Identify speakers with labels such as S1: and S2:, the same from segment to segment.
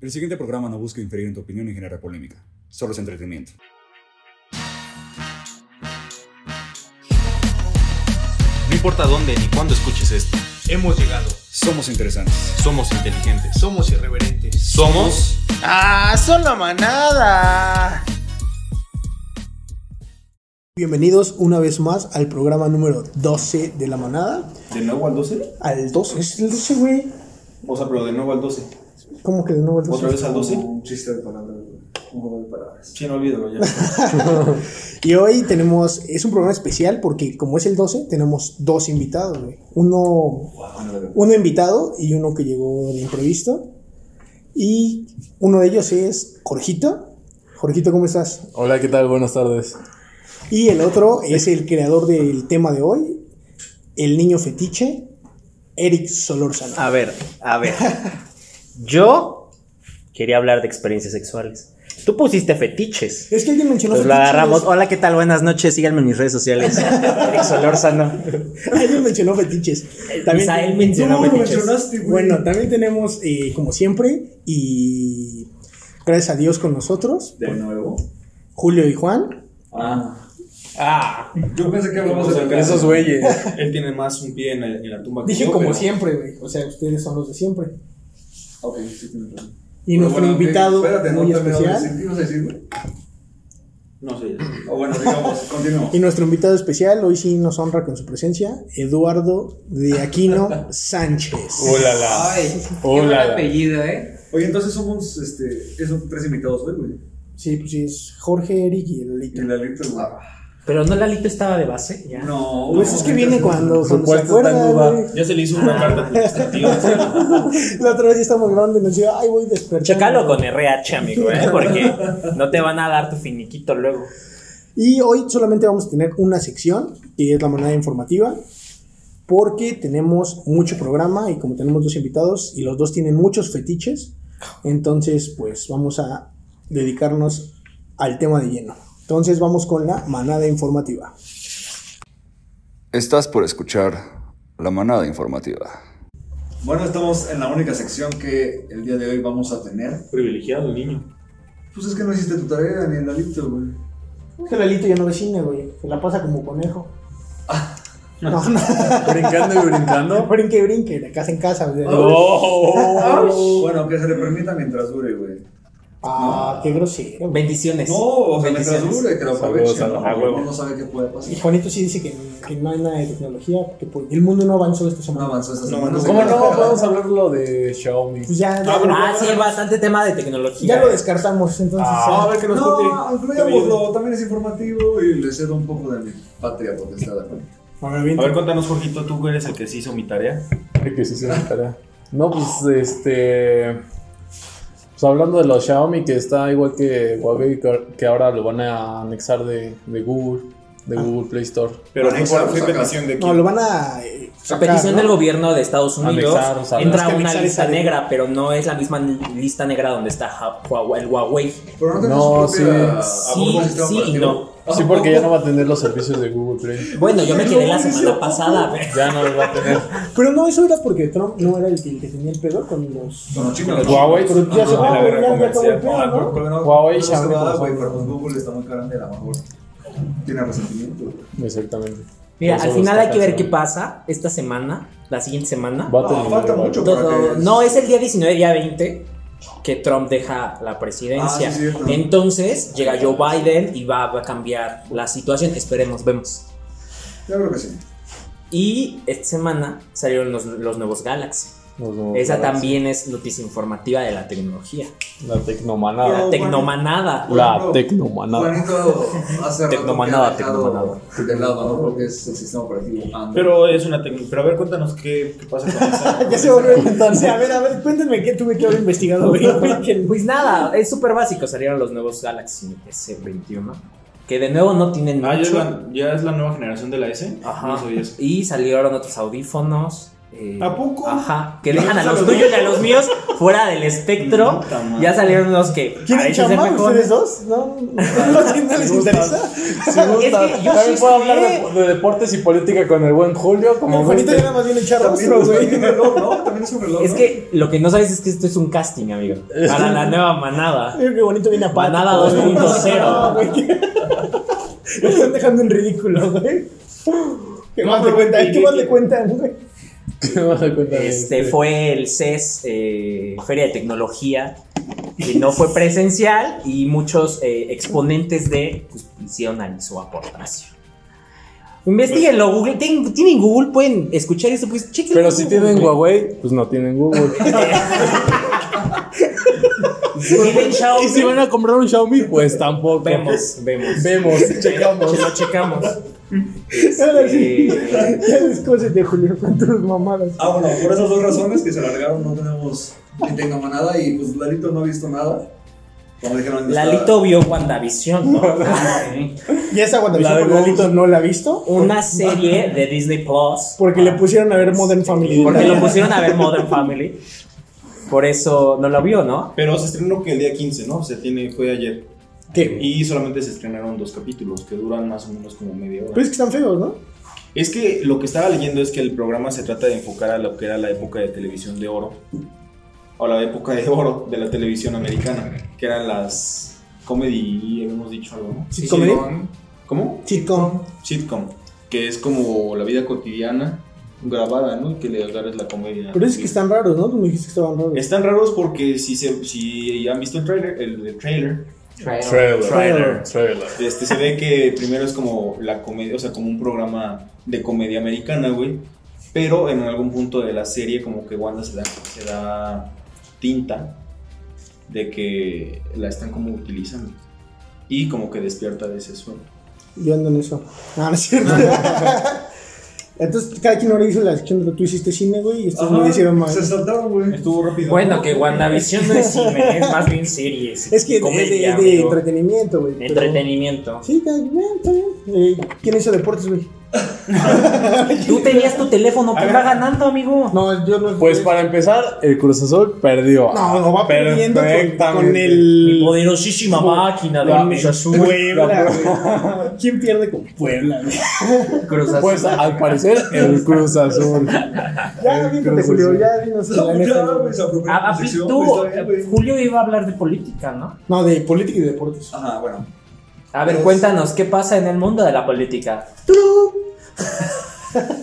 S1: El siguiente programa no busca inferir en tu opinión ni generar polémica, solo es entretenimiento.
S2: No importa dónde ni cuándo escuches esto,
S3: Hemos llegado.
S1: Somos interesantes.
S2: somos inteligentes.
S3: Somos irreverentes.
S2: Somos.
S3: ¡Ah! ¡Son la manada!
S4: Bienvenidos una vez más al programa número 12 de la manada.
S5: ¿De nuevo al 12?
S4: Al 12, es el 12, güey.
S5: O sea, pero de nuevo al 12.
S4: ¿Cómo que de nuevo el 12?
S5: ¿Otra vez al 12?
S6: Un chiste de palabras, güey. Un juego de palabras.
S5: Sí, no olvídalo ya.
S4: Y hoy tenemos, es un programa especial porque como es el 12, tenemos dos invitados, güey. Uno, uno invitado y uno que llegó de imprevisto. Y uno de ellos es Jorgito. Jorgito, ¿cómo estás?
S7: Hola, ¿qué tal? Buenas tardes.
S4: Y el otro es el creador del tema de hoy, el niño fetiche, Eric Solórzano.
S8: A ver, a ver. Yo quería hablar de experiencias sexuales. Tú pusiste fetiches.
S4: Es que alguien mencionó
S8: Pues lo
S4: fetiches.
S8: agarramos. Hola, ¿qué tal? Buenas noches. Síganme en mis redes sociales. Eric Solórzano.
S4: Alguien mencionó fetiches.
S8: Eh, Misael mencionó
S4: No, no
S8: fetiches.
S4: mencionaste, güey. Bueno, también tenemos, eh, como siempre, y gracias a Dios con nosotros,
S6: ¿De nuevo?
S4: Julio y Juan.
S6: Ah.
S7: Ah,
S6: Yo pensé que
S5: hablábamos
S6: vamos a
S5: de
S6: tocar.
S7: esos güeyes.
S5: Él tiene más un pie en la, en la tumba que
S4: Dije
S5: yo,
S4: como
S5: pero-
S4: siempre, güey. O sea, ustedes son los de siempre.
S6: Ok, sí, tienes razón.
S4: Y
S6: Pero
S4: nuestro
S6: bueno,
S4: invitado
S6: ok, espérate,
S4: muy
S6: no terminamos de
S4: especial.
S6: decir, ¿qué ibas a decir, güey?
S5: No sé.
S6: O bueno, digamos, continuamos.
S4: Y nuestro invitado especial, hoy sí nos honra con su presencia, Eduardo de Aquino Sánchez.
S7: Hola, la.
S9: Ay, qué buen
S7: Hola, la.
S9: apellido, ¿eh?
S6: Oye, entonces somos, este, esos tres invitados hoy, güey.
S4: Sí, pues sí, es Jorge, Eric y el
S6: Y
S4: Lito.
S6: el Alito, güey.
S5: Ah.
S8: Pero no Lalito estaba de base. Ya.
S6: No, güey.
S4: Pues es que viene cuando, cuando se
S7: Propuesta está
S4: acuerda,
S7: en duda.
S4: güey.
S5: Ya se le hizo una carta administrativa.
S4: La otra vez ya estábamos grabando y nos decía, ay, voy despertando.
S8: Checalo con RH, amigo, ¿eh? Porque no te van a dar tu finiquito luego.
S4: Y hoy solamente vamos a tener una sección, que es la moneda informativa, porque tenemos mucho programa y como tenemos dos invitados y los dos tienen muchos fetiches, entonces pues vamos a dedicarnos al tema de lleno. Entonces vamos con la manada informativa.
S1: Estás por escuchar La Manada Informativa.
S6: Bueno, estamos en la única sección que el día de hoy vamos a tener.
S5: Privilegiado el niño.
S6: Pues es que no hiciste tu tarea ni el Alito, güey.
S4: Que Lalito ya no ve cine, güey. Se la pasa como conejo. No, no.
S7: Brincando y
S4: No,
S7: brincando.
S4: brinque, brinque, de casa en casa. güey.
S6: Bueno, que se le permita mientras dure, güey.
S4: Ah, qué grosero. güey.
S8: Bendiciones.
S6: No, o sea, mientras
S8: Bendiciones.
S6: dure, que lo
S7: Saludos
S6: aproveche.
S7: a la- a
S6: ¿no?
S7: huevo.
S6: Uno sabe qué puede
S4: Y
S6: pasar.
S4: Juanito sí dice que, que no hay nada de tecnología, porque pues, el mundo no avanzó esta
S6: No
S4: semana.
S6: avanzó esta semana.
S7: ¿Cómo no? Vamos a hablar lo de Xiaomi.
S4: Pues ya, ya,
S8: Ah, sí, bastante tema de
S4: ya
S8: tecnología.
S4: lo descartamos, entonces.
S7: Ah,
S4: ah,
S7: a ver qué nos
S6: No,
S7: cuente.
S6: incluyámoslo, también es informativo y le cedo un poco de mi patria potestad a Juan.
S4: ahora bien,
S5: A ver, cuéntanos, Jorgito, tú eres el que se hizo mi tarea.
S7: Ay, que sí se me tarea. No, pues este. Pues hablando de los Xiaomi, que está igual que Huawei, que- que ahora lo van a anexar de, de Google, de
S6: Ah.
S7: Google Play Store.
S6: Pero no por- fue petición
S5: de
S4: no, lo van a. eh,
S8: A
S4: sacar,
S8: petición
S4: ¿no?
S8: del gobierno de Estados Unidos
S7: Anexar, o sea,
S8: entra
S4: es que
S8: una
S4: anexar
S8: lista
S4: esa de-
S8: negra, pero no es la misma lista negra donde está Ja- Huawei- el Huawei.
S6: Pero no
S7: No,
S6: tenemos su propia-
S8: sí.
S6: a poco
S8: Sí,
S6: sistema
S8: sí y
S6: operativo.
S8: no.
S7: Sí, porque ya no va a tener los servicios de Google Play.
S8: Bueno, yo me quedé la semana pasada. güey.
S7: Ya no los va a tener.
S4: Pero no, eso era porque Trump no era el que, el que tenía el pedo con los.
S6: Con los chinos.
S7: Los Huawei,
S6: Pero
S4: Ya se
S7: Ah,
S4: va
S7: la
S4: a
S7: guerra
S4: ya acabó el
S7: comercial.
S4: pedo,
S6: Ah, no,
S4: ¿no?
S6: porque no-
S7: Huawei,
S6: no nos
S7: Xiaomi,
S6: quedaba,
S7: como
S6: güey,
S7: son.
S6: pero pues Google está muy grande, a lo mejor tiene resentimiento. güey.
S7: Exactamente.
S8: Mira,
S7: Por
S8: al
S7: eso
S8: final
S7: está
S8: hay que ver qué
S7: cansado.
S8: pasa esta semana, la siguiente semana.
S7: Va a
S6: No,
S7: tener.
S6: Ah, falta
S7: igual.
S6: mucho.
S8: Todo-
S6: porque es-
S8: no, es el día 19, día 20 que Trump deja la presidencia.
S6: Ah, sí, cierto.
S8: Entonces llega Joe Biden y va, va a cambiar la situación. Esperemos, vemos.
S6: Yo creo que sí.
S8: Y esta semana salieron los, los nuevos Galaxy.
S7: Nos vemos
S8: Esa
S7: para la-
S8: también es noticia informativa de la tecnología.
S4: Oh,
S7: La tecnomanada.
S6: Pero,
S8: La tecnomanada.
S6: Por
S7: La
S6: ejemplo,
S7: tecnomanada.
S6: Juanito hace rato que ha
S8: Tecnomanada,
S6: dejado
S8: tecnomanada.
S6: Del lado, ¿no? Porque es el sistema operativo Android.
S5: Pero es una técnica. Pero a ver, cuéntanos qué, qué pasa con esa.
S4: Ya se va a ver. Sí, a ver, a ver, cuéntenme qué tuve que haber investigado, güey. Que-
S8: Pues nada, es súper básico. Salieron los nuevos Galaxy S21. Que de nuevo no tienen
S5: Ah, ya es,
S8: mucho.
S5: la, ya es la nueva generación de la S.
S8: Ajá.
S5: No sabía eso.
S8: Y salieron otros audífonos.
S5: Eh,
S10: ¿A poco?
S8: Ajá, que dejan a los tuyos y a los míos fuera del espectro.
S5: Puta madre.
S8: Ya salieron unos que ah,
S4: ¿Quieren
S8: parecen ser
S4: chamar
S8: mejores.
S4: ustedes dos? ¿No? ¿No, no les interesa?
S8: Es que yo sí
S7: También puedo hablar
S8: estudié.
S7: de, de deportes y política con el buen Julio. Como
S4: Como Juanito ya nada más viene a echar rostro, güey.
S6: También es un reloj, ¿no? También es un reloj.
S8: Es
S6: ¿no?
S8: que lo que no sabes es que esto es un casting, amigo. Para la nueva manada.
S4: Mira Qué bonito viene a Pato.
S8: Manada 2.0.
S4: Lo están dejando en ridículo, güey. ¿Qué más le cuentan? ¿Qué más le cuentan, güey?
S8: Este fue el CES eh, Feria de Tecnología. Que no fue presencial y muchos eh, exponentes de pues, hicieron ahí su aportación. Investíguenlo, Google. Ten- tienen Google, pueden escuchar esto, pues chequen.
S7: Pero si tienen Huawei, pues no tienen Google.
S8: Si tienen Xiaomi,
S7: y si van a comprar un Xiaomi, pues tampoco.
S8: vemos, vemos.
S7: Vemos, checamos.
S8: Lo checamos.
S4: Ahora sí.
S8: Este,
S4: Ya descoses de Julio con tus mamadas.
S6: Ah, bueno, por esas dos razones que se alargaron, no tenemos que tenga manada y pues Lalito no ha visto nada. Como dijeron, está-
S8: Lalito vio WandaVision, ¿no? Ah,
S4: ¿Y esa
S7: La de
S4: WandaVision Lalito no la ha visto?
S8: Una serie de Disney Plus.
S4: Porque le pusieron a ver Modern Family.
S8: Ah.
S4: Ah,
S8: Porque lo pusieron a ver Modern Family. Por eso no lo vio, ¿no?
S5: Pero se estrenó que el día 15, ¿no? Se tiene, fue ayer.
S4: ¿Qué?
S5: Y solamente se estrenaron dos capítulos que duran más o menos como media hora.
S4: Pero es que están feos, ¿no?
S5: Es que lo que estaba leyendo es que el programa se trata de enfocar a lo que era la época de televisión de oro. O la época de oro de la televisión americana. Que eran las comedy, habíamos dicho algo, ¿no?
S4: ¿Sitcom? ¿eh?
S5: ¿Cómo?
S4: Sitcom.
S5: Sitcom. Que es como la vida cotidiana grabada, ¿no? Y que le agarres la comedia.
S4: Pero es que están raros, ¿no? Tú me dijiste que estaban raros.
S5: Están raros porque si, se, si han visto el trailer, el, el trailer
S7: Trailer. Trailer.
S5: este, se ve que primero es como la comedia, o sea, como un programa de comedia americana, güey. Pero en algún punto de la serie, como que Wanda se da, se da tinta de que la están como utilizando. Y como que despierta de ese sueño.
S4: Yo ando en eso. Ah, no es cierto. Entonces, cada quien ahora hizo la sección de lo que tú hiciste cine, güey, y estos
S6: Ajá,
S4: no hicieron más.
S6: Se saltaron, güey.
S5: Estuvo rápido.
S8: Bueno, que WandaVision no es cine, es más bien series.
S4: Es que es de-
S8: comedia,
S4: es de,
S8: amigo.
S4: entretenimiento, güey. pero-
S8: entretenimiento.
S4: Sí, está bien, está bien. Eh, ¿Quién hizo deportes, güey?
S8: Tú tenías tu teléfono, ¿qué va ganando, amigo?
S4: No, yo no.
S7: Pues para empezar, el Cruz Azul perdió.
S4: No, no va perdiendo con,
S7: Perfectamente.
S4: con
S8: Mi
S4: el.
S8: poderosísima máquina de
S7: la-
S8: Cruz Azul.
S4: Puebla, güey. ¿Quién pierde con Puebla, güey?
S7: Pues
S4: ah,
S8: ah,
S7: al parecer, el Cruz Azul.
S4: Ya,
S7: El
S4: aviéntate,
S7: Cruz
S4: Julio,
S7: Azul.
S4: ya dinos la
S6: No, pues
S4: neta,
S6: ya,
S4: güey.
S6: güey, se apropió
S8: Ah,
S6: la
S8: ah, pues,
S6: posición,
S8: tú,
S6: pues, está bien, güey.
S8: Julio iba a hablar de política, ¿no?
S4: No, de política y de deportes.
S6: Ajá, bueno.
S8: A ver,
S6: Pues-
S8: cuéntanos, ¿qué pasa en el mundo de la política?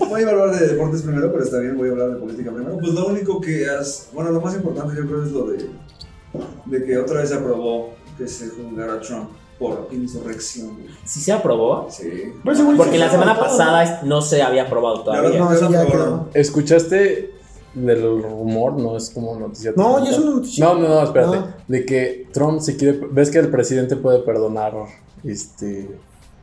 S6: Voy a hablar de deportes primero, pero está bien, voy a hablar de política primero. Pues lo único que has... Bueno, lo más importante yo creo es lo de... De que otra vez se aprobó que se juzgara a Trump por insurrección. güey.
S8: ¿Sí se aprobó?
S6: Sí.
S4: Pero ese güey
S8: Porque
S4: hizo
S8: la semana
S4: Pues, todo, ¿no?
S8: pasada no se había aprobado
S6: Claro,
S8: todavía.
S6: no,
S4: No,
S6: se
S4: ya
S6: aprobó.
S7: ¿Escuchaste del rumor? No es como noticia.
S4: No,
S7: tan-
S4: ya es una noticia.
S7: No, no, no, espérate.
S4: Ah.
S7: De que Trump se quiere. ¿Ves que el presidente puede perdonar este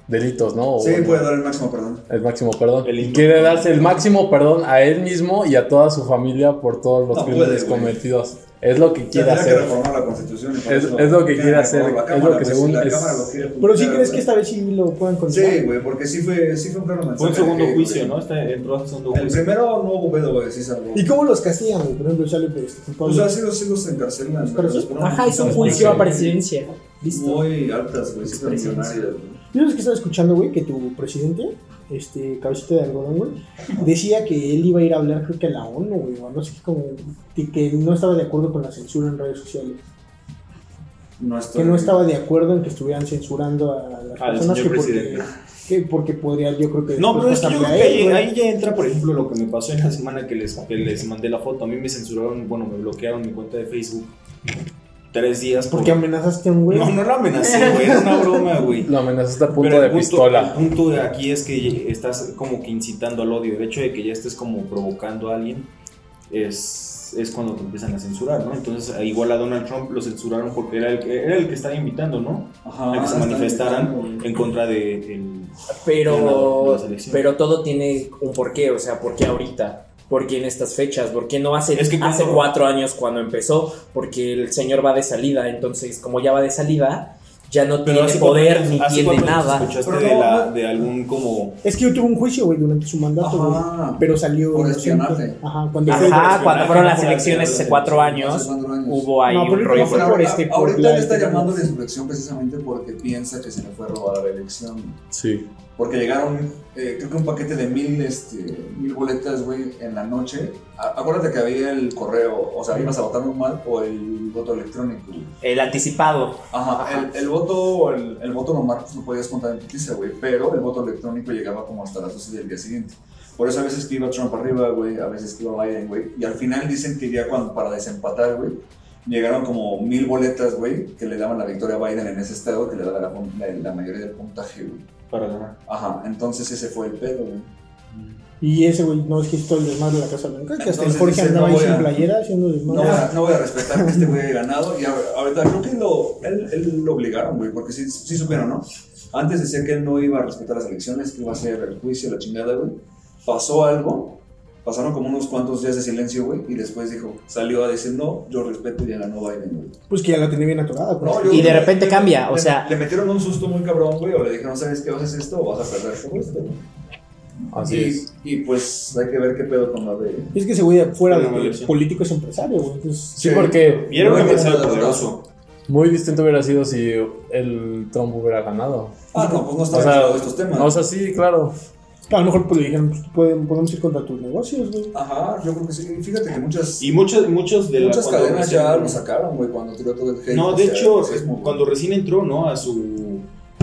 S7: delitos, no? O
S6: Sí,
S7: Oh, bueno,
S6: puede dar el máximo perdón.
S7: El máximo perdón.
S5: El
S7: y quiere darse el máximo perdón a él mismo y a toda su familia por todos los
S6: No
S7: crímenes
S6: puede, güey.
S7: cometidos. Es lo que quiere
S6: Tendría que
S7: hacer.
S6: reformar la constitución. y para
S7: Es-
S6: eso
S7: es lo que
S6: tienen
S7: quiere hacer,
S6: aprobar la
S7: es
S6: Cámara,
S7: lo que
S6: güey,
S7: según
S6: la
S7: es-
S6: Cámara lo quiere
S4: Pero sí
S6: juzgar,
S4: crees que
S6: güey.
S4: esta vez sí lo puedan
S6: Sí,
S4: conseguir.
S6: güey, porque sí fue, sí fue un claro mensaje.
S5: Fue un segundo
S6: que,
S5: juicio,
S6: güey,
S5: ¿no? Está, entró a segundo
S6: El
S5: juicio.
S6: primero no hubo pedo, güey, sí salvó.
S4: ¿Y cómo los castigan, güey? Por ejemplo, sale pues,
S6: O sea,
S4: culpable.
S6: sí los, sí los encarcelan. güey,
S4: Pero
S6: los
S4: sí.
S6: ponen en
S8: Ajá, es un
S6: juntas
S8: juicio a
S6: muy-
S8: presidencia. Listo.
S6: Muy altas, güey, sí, millonarias, güey.
S4: Yo es que estaba escuchando, güey, que tu presidente, este, cabecita de algodón, güey, decía que él iba a ir a hablar, creo que a la ONU, güey, o no sé, como que, que no estaba de acuerdo con la censura en redes sociales.
S6: No
S4: Que
S6: estoy-
S4: no estaba de acuerdo en que estuvieran censurando a las
S5: Al
S4: personas que
S5: señor
S4: porque,
S5: presidente.
S4: que porque podría, yo creo que.
S5: No, pero es que yo creo que
S4: responsable a él,
S5: ahí,
S4: güey.
S5: ahí ya entra, por ejemplo, lo que me pasó en la semana que les, que les mandé la foto. A mí me censuraron, bueno, me bloquearon mi cuenta de Facebook tres días.
S4: Porque amenazaste a un güey.
S5: No, no la amenacé, güey, era una broma, güey.
S7: Lo amenazaste a punto
S5: Pero el
S7: de pistola.
S5: El punto de aquí es que estás como que incitando al odio. El hecho de que ya estés como provocando a alguien es, es cuando te empiezan a censurar, ¿no? Entonces, igual a Donald Trump lo censuraron porque era el que, era el que estaba invitando, ¿no?
S6: Ajá,
S5: a que se
S6: están
S5: manifestaran
S6: invitando, güey.
S5: en contra de... el- Ganador de
S8: Pero,
S5: las elecciones.
S8: pero todo tiene un porqué, o sea, ¿por qué ahorita? ¿Por qué en estas fechas? ¿Por qué no hace,
S5: Es que
S8: hace
S5: cuando-
S8: cuatro años cuando empezó? Porque el señor va de salida, entonces como ya va de salida, ya no
S5: Pero
S8: tiene
S5: hace
S8: poder
S5: cuánto-
S8: ni
S5: hace
S8: tiene
S5: cuánto
S8: nada.
S5: ¿Escuchaste
S6: Pero
S5: de,
S6: no,
S5: la,
S6: no.
S5: de algún como
S4: Es que yo tuve un juicio, güey, durante su mandato,
S6: Ajá.
S4: güey. Pero salió.
S6: Por
S4: inocente.
S6: espionaje.
S4: Ajá, cuando fue-
S8: Ajá, cuando fueron las
S5: Hace
S8: elecciones hace cuatro años,
S6: cuatro años.
S8: hubo ahí
S4: No,
S8: un
S4: pero no
S8: rollo.
S4: fue-
S8: por-
S4: por este, por
S6: ahorita
S4: la-
S6: le está llamando la insurrección precisamente porque piensa que se le fue robada la elección.
S7: Sí.
S6: Porque llegaron, eh, creo que un paquete de mil, este, mil boletas, güey, en la noche. A- acuérdate que había el correo, o sea, ibas a votar normal o el voto electrónico. güey.
S8: El anticipado.
S6: Ajá, el, el voto el, el voto normal pues, lo podías contar en putiza, güey, pero el voto electrónico llegaba como hasta las 12 del día siguiente. Por eso a veces que iba Trump arriba, güey, a veces que iba Biden, güey, y al final dicen que ya cuando, para desempatar, güey, llegaron como mil boletas, güey, que le daban la victoria a Biden en ese estado, que le daba la, pun- la- la mayoría del puntaje, güey.
S5: para ganar?
S6: Ajá, entonces ese fue el pedo, güey.
S4: Y ese, güey, no es que hizo todo el desmadre de la Casa Blanca. Que hasta el
S6: Entonces
S4: Jorge
S6: dice,
S4: andaba
S6: no
S4: ahí
S6: voy
S4: sin
S6: a-
S4: playera haciendo
S6: No,
S4: desmadre.
S6: voy a- no voy a respetar que este güey haya ganado. Y ahor- ahorita creo que lo, él, él lo obligaron, güey, porque sí, sí supieron, ¿no? Antes decía que él no iba a respetar las elecciones, que iba a hacer el juicio, la chingada, güey. Pasó algo, pasaron como unos cuantos días de silencio, güey, y después dijo, salió a decir, no, yo respeto y ya ganó Biden, güey.
S4: Pues que ya la tenía bien atorada, güey.
S6: No, yo-
S8: Y de repente cambia, o
S6: le-
S8: sea-
S6: Le metieron un susto muy cabrón, güey, o le dijeron, ¿sabes qué? ¿Haces esto o vas a perder tu puesto? güey".
S7: Así
S6: Y,
S7: es.
S6: y pues hay que ver qué pedo con la de...
S4: Es que ese güey fuera
S5: Pero no
S4: de
S5: elección.
S4: político es empresario, güey. Entonces,
S7: Sí, porque
S5: Y era un
S6: Muy
S5: empresario
S6: bien,
S5: poderoso.
S7: muy distinto hubiera sido si el Trump hubiera ganado.
S6: Ah, no, pues no está
S7: O sea,
S6: hablando de estos temas.
S7: o sea, sí, claro.
S4: a lo mejor pues, le dijeron, pues, pueden- podemos ir contra tus negocios, güey.
S6: Ajá, yo creo que sí. Fíjate que muchas,
S5: Y muchos, muchos de la-
S6: muchas
S5: cuando
S6: cadenas
S5: recién-
S6: ya lo sacaron, güey, cuando tiró todo el hate.
S5: No, de
S6: hacia
S5: hecho, eh,
S6: el racismo.
S5: cuando recién entró, ¿no? A su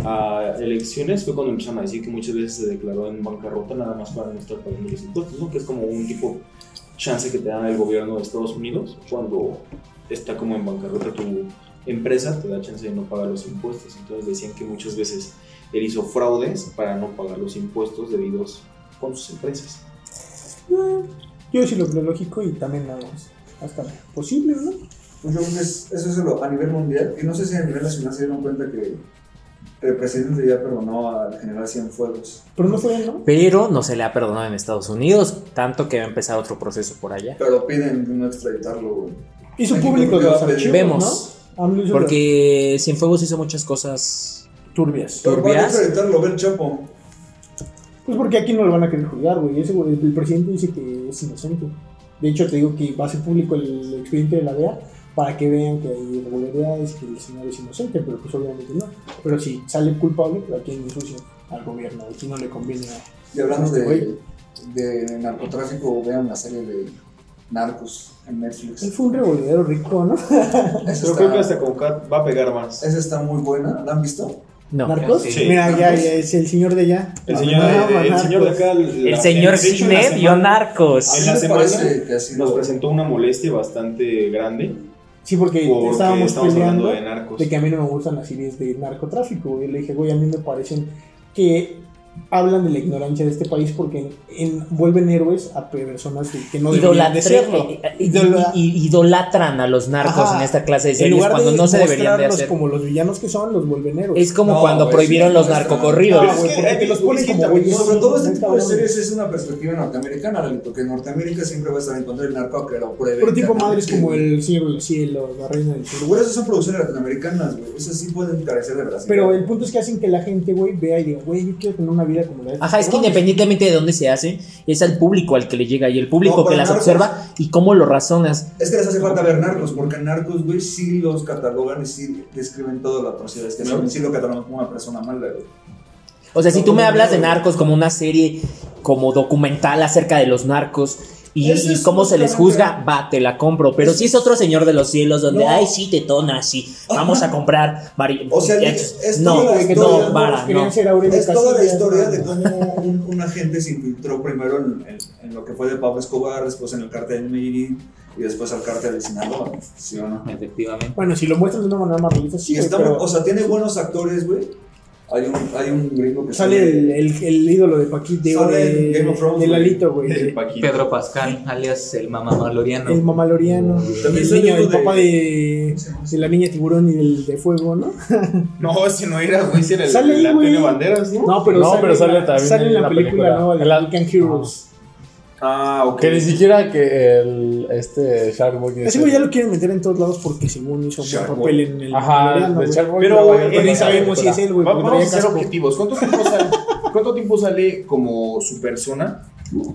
S5: a elecciones fue cuando empezaron a decir que muchas veces se declaró en bancarrota nada más para no estar pagando los impuestos, ¿no? Que es como un tipo chance que te da el gobierno de Estados Unidos cuando está como en bancarrota tu empresa, te da chance de no pagar los impuestos. Entonces decían que muchas veces él hizo fraudes para no pagar los impuestos debidos con sus empresas.
S4: Eh, Yo sí lo creo lógico y también nada más. Hasta posible, ¿no?
S6: Pues yo creo que es- eso es lo- a nivel mundial. Y no sé si a nivel nacional se dieron cuenta que el presidente ya perdonó al general Cienfuegos.
S4: Pero no fue, ¿no?
S8: Pero no se le ha perdonado en Estados Unidos, tanto que va a empezar otro proceso por allá.
S6: Pero piden no extraditarlo, güey.
S4: Hizo
S6: México
S4: público
S6: creo que
S4: los
S6: va a pedir-
S4: archivos,
S8: Vemos.
S4: ¿no? AMLO hizo
S8: Porque Cienfuegos hizo muchas cosas
S4: las turbias.
S6: Pero para
S8: ¿Turbias?
S6: extraditarlo, ve el Chapo.
S4: Pues porque aquí no lo van a querer juzgar, güey. Ese güey, el presidente dice que es inocente. De hecho, te digo que va a ser público el expediente de la DEA para que vean que hay irregularidades, que el señor es inocente, pero pues obviamente no. Pero si sale culpable, pues aquí ensucia al gobierno, aquí no le conviene a-
S6: Y hablando
S4: Este
S6: de,
S4: güey.
S6: de narcotráfico, vean la serie de Narcos en Netflix.
S4: Él fue un revolvedero rico, ¿no?
S6: Esa
S5: Pero creo que
S6: está,
S5: hasta con Kat va a pegar más.
S6: esa está muy buena, ¿la han visto?
S8: No.
S4: ¿Narcos?
S5: Sí.
S4: Mira, ya,
S6: Narcos.
S4: ya es el señor de allá.
S5: El señor,
S4: Ah,
S5: de, el
S4: Narcos.
S5: señor de acá. la-
S8: El señor
S5: de hecho, en la
S8: Cine dio
S5: semana-
S6: A
S8: narcos.
S5: En
S6: mí
S5: la
S6: me
S5: semana
S6: parece que ha sido-
S5: nos presentó una molestia bastante grande
S4: Sí, porque
S5: porque
S4: estábamos
S5: estamos hablando
S4: peleando
S5: de narcos.
S4: de que a mí no me gustan las series de narcotráfico. Y le dije, güey, a mí me parecen que hablan de la ignorancia de este país porque en- vuelven héroes a personas que, que no deberían de
S8: Idolatre-
S4: serlo.
S8: eh, eh,
S4: Idola-
S8: i- i- idolatran a los narcos
S4: Ajá.
S8: en esta clase de
S4: en
S8: series
S4: lugar
S8: cuando
S4: de
S8: no se deberían de
S4: mostrarlos
S8: hacer.
S4: como los villanos que son, los vuelven héroes.
S8: Es como
S6: No,
S8: cuando
S6: güey,
S8: prohibieron
S6: sí,
S8: los
S6: muestran.
S8: narcocorridos.
S5: Pero
S4: Ah,
S5: es
S4: güey,
S5: que,
S4: porque
S5: eh,
S4: te los
S5: es
S4: ponen
S5: que
S4: como
S5: también,
S4: güeyes.
S6: Sobre todo este
S4: Muy
S6: tipo de
S4: cabrón.
S6: series es una perspectiva norteamericana, Lalito, que Norteamérica siempre va a estar en contra del narco que lo pruebe.
S4: Pero tipo madres como El Señor del Cielo, La Reina del Sur.
S6: Pero, güey, esas son producciones latinoamericanas, güey. Esas sí pueden carecer de Brasil.
S4: Pero el punto es que hacen que la gente, güey, vea y diga, güey, yo quiero tener una vida como la de estos
S8: Ajá, es que
S4: cabrones".
S8: independientemente de dónde se hace, es al público al que le llega y el público
S6: No,
S8: que
S6: pero
S8: las
S6: Narcos-
S8: observa y cómo lo razonas.
S6: Es que les hace falta ver narcos, porque narcos, güey, sí los catalogan y sí describen todas las atrocidades que hacen. Sí lo catalogan como una persona mala, güey.
S8: O sea, si
S6: No,
S8: tú me
S6: no,
S8: hablas de
S6: no.
S8: narcos como una serie, como documental acerca de los narcos y,
S6: Eso
S8: y
S6: es
S8: cómo se les
S6: justamente-
S8: juzga, va, te la compro. Pero si es otro señor de los cielos donde,
S6: No.
S8: ay, sí, tetona, sí, vamos a comprar mari-
S6: O sea,
S8: mariachis".
S6: es
S8: No,
S6: toda la historia,
S8: no,
S6: ¿no?
S8: vara,
S4: Querían
S8: no.
S4: ser Aurelio
S6: Es toda la
S4: Casillas,
S6: historia
S4: ¿no?
S6: de cómo un, un agente se infiltró primero en, en- en lo que fue de Pablo Escobar, después en el cártel de Medellín y después al cártel de Sinaloa, ¿sí o no?
S8: Efectivamente.
S4: Bueno, si lo muestran de una manera más realista, sí,
S6: Y
S4: güey,
S6: está,
S4: pero
S6: o sea, tiene buenos actores, güey. Hay un, hay un gringo que
S4: sale el, el- el ídolo de Paquito, de,
S6: Sale en
S4: de,
S6: Game of Thrones,
S4: de
S6: güey.
S4: Lalito, güey.
S5: El
S4: El,
S5: Paquito.
S11: Pascal, alias el mamamaloriano.
S4: mamaloriano.
S6: También
S4: el
S6: sale
S4: niño,
S6: uno
S4: el
S6: de-
S4: papá de, de la niña tiburón y del de fuego, ¿no?
S5: No, ese no era, güey, ese era el,
S4: Sale ahí,
S5: el Antonio
S4: güey.
S5: Banderas, ¿no?
S4: No, pero,
S7: No,
S4: sale,
S7: pero sale
S4: la-
S7: también
S4: sale en
S7: en
S4: la
S7: la
S4: película,
S7: película.
S4: nueva de
S6: pues.
S7: En la-
S4: American Heroes.
S5: Ah, ok.
S7: Que ni siquiera que el, este Sharkboy...
S4: Ese güey ya lo quieren meter en todos lados porque según hizo un buen
S6: Sharkboy.
S4: papel en el.
S7: Ajá,
S4: Mandaloriano,
S7: de
S4: güey.
S7: Sharkboy.
S5: Pero,
S7: la
S5: eh,
S7: mayoría
S4: Pero
S5: ni
S4: ni
S7: no sabe
S4: sabemos si es
S7: película.
S4: él, güey.
S5: Va-
S4: porque
S5: vamos a
S4: traía
S5: hacer
S4: casco.
S5: objetivos. ¿Cuánto tiempo sale, cuánto tiempo sale como su persona?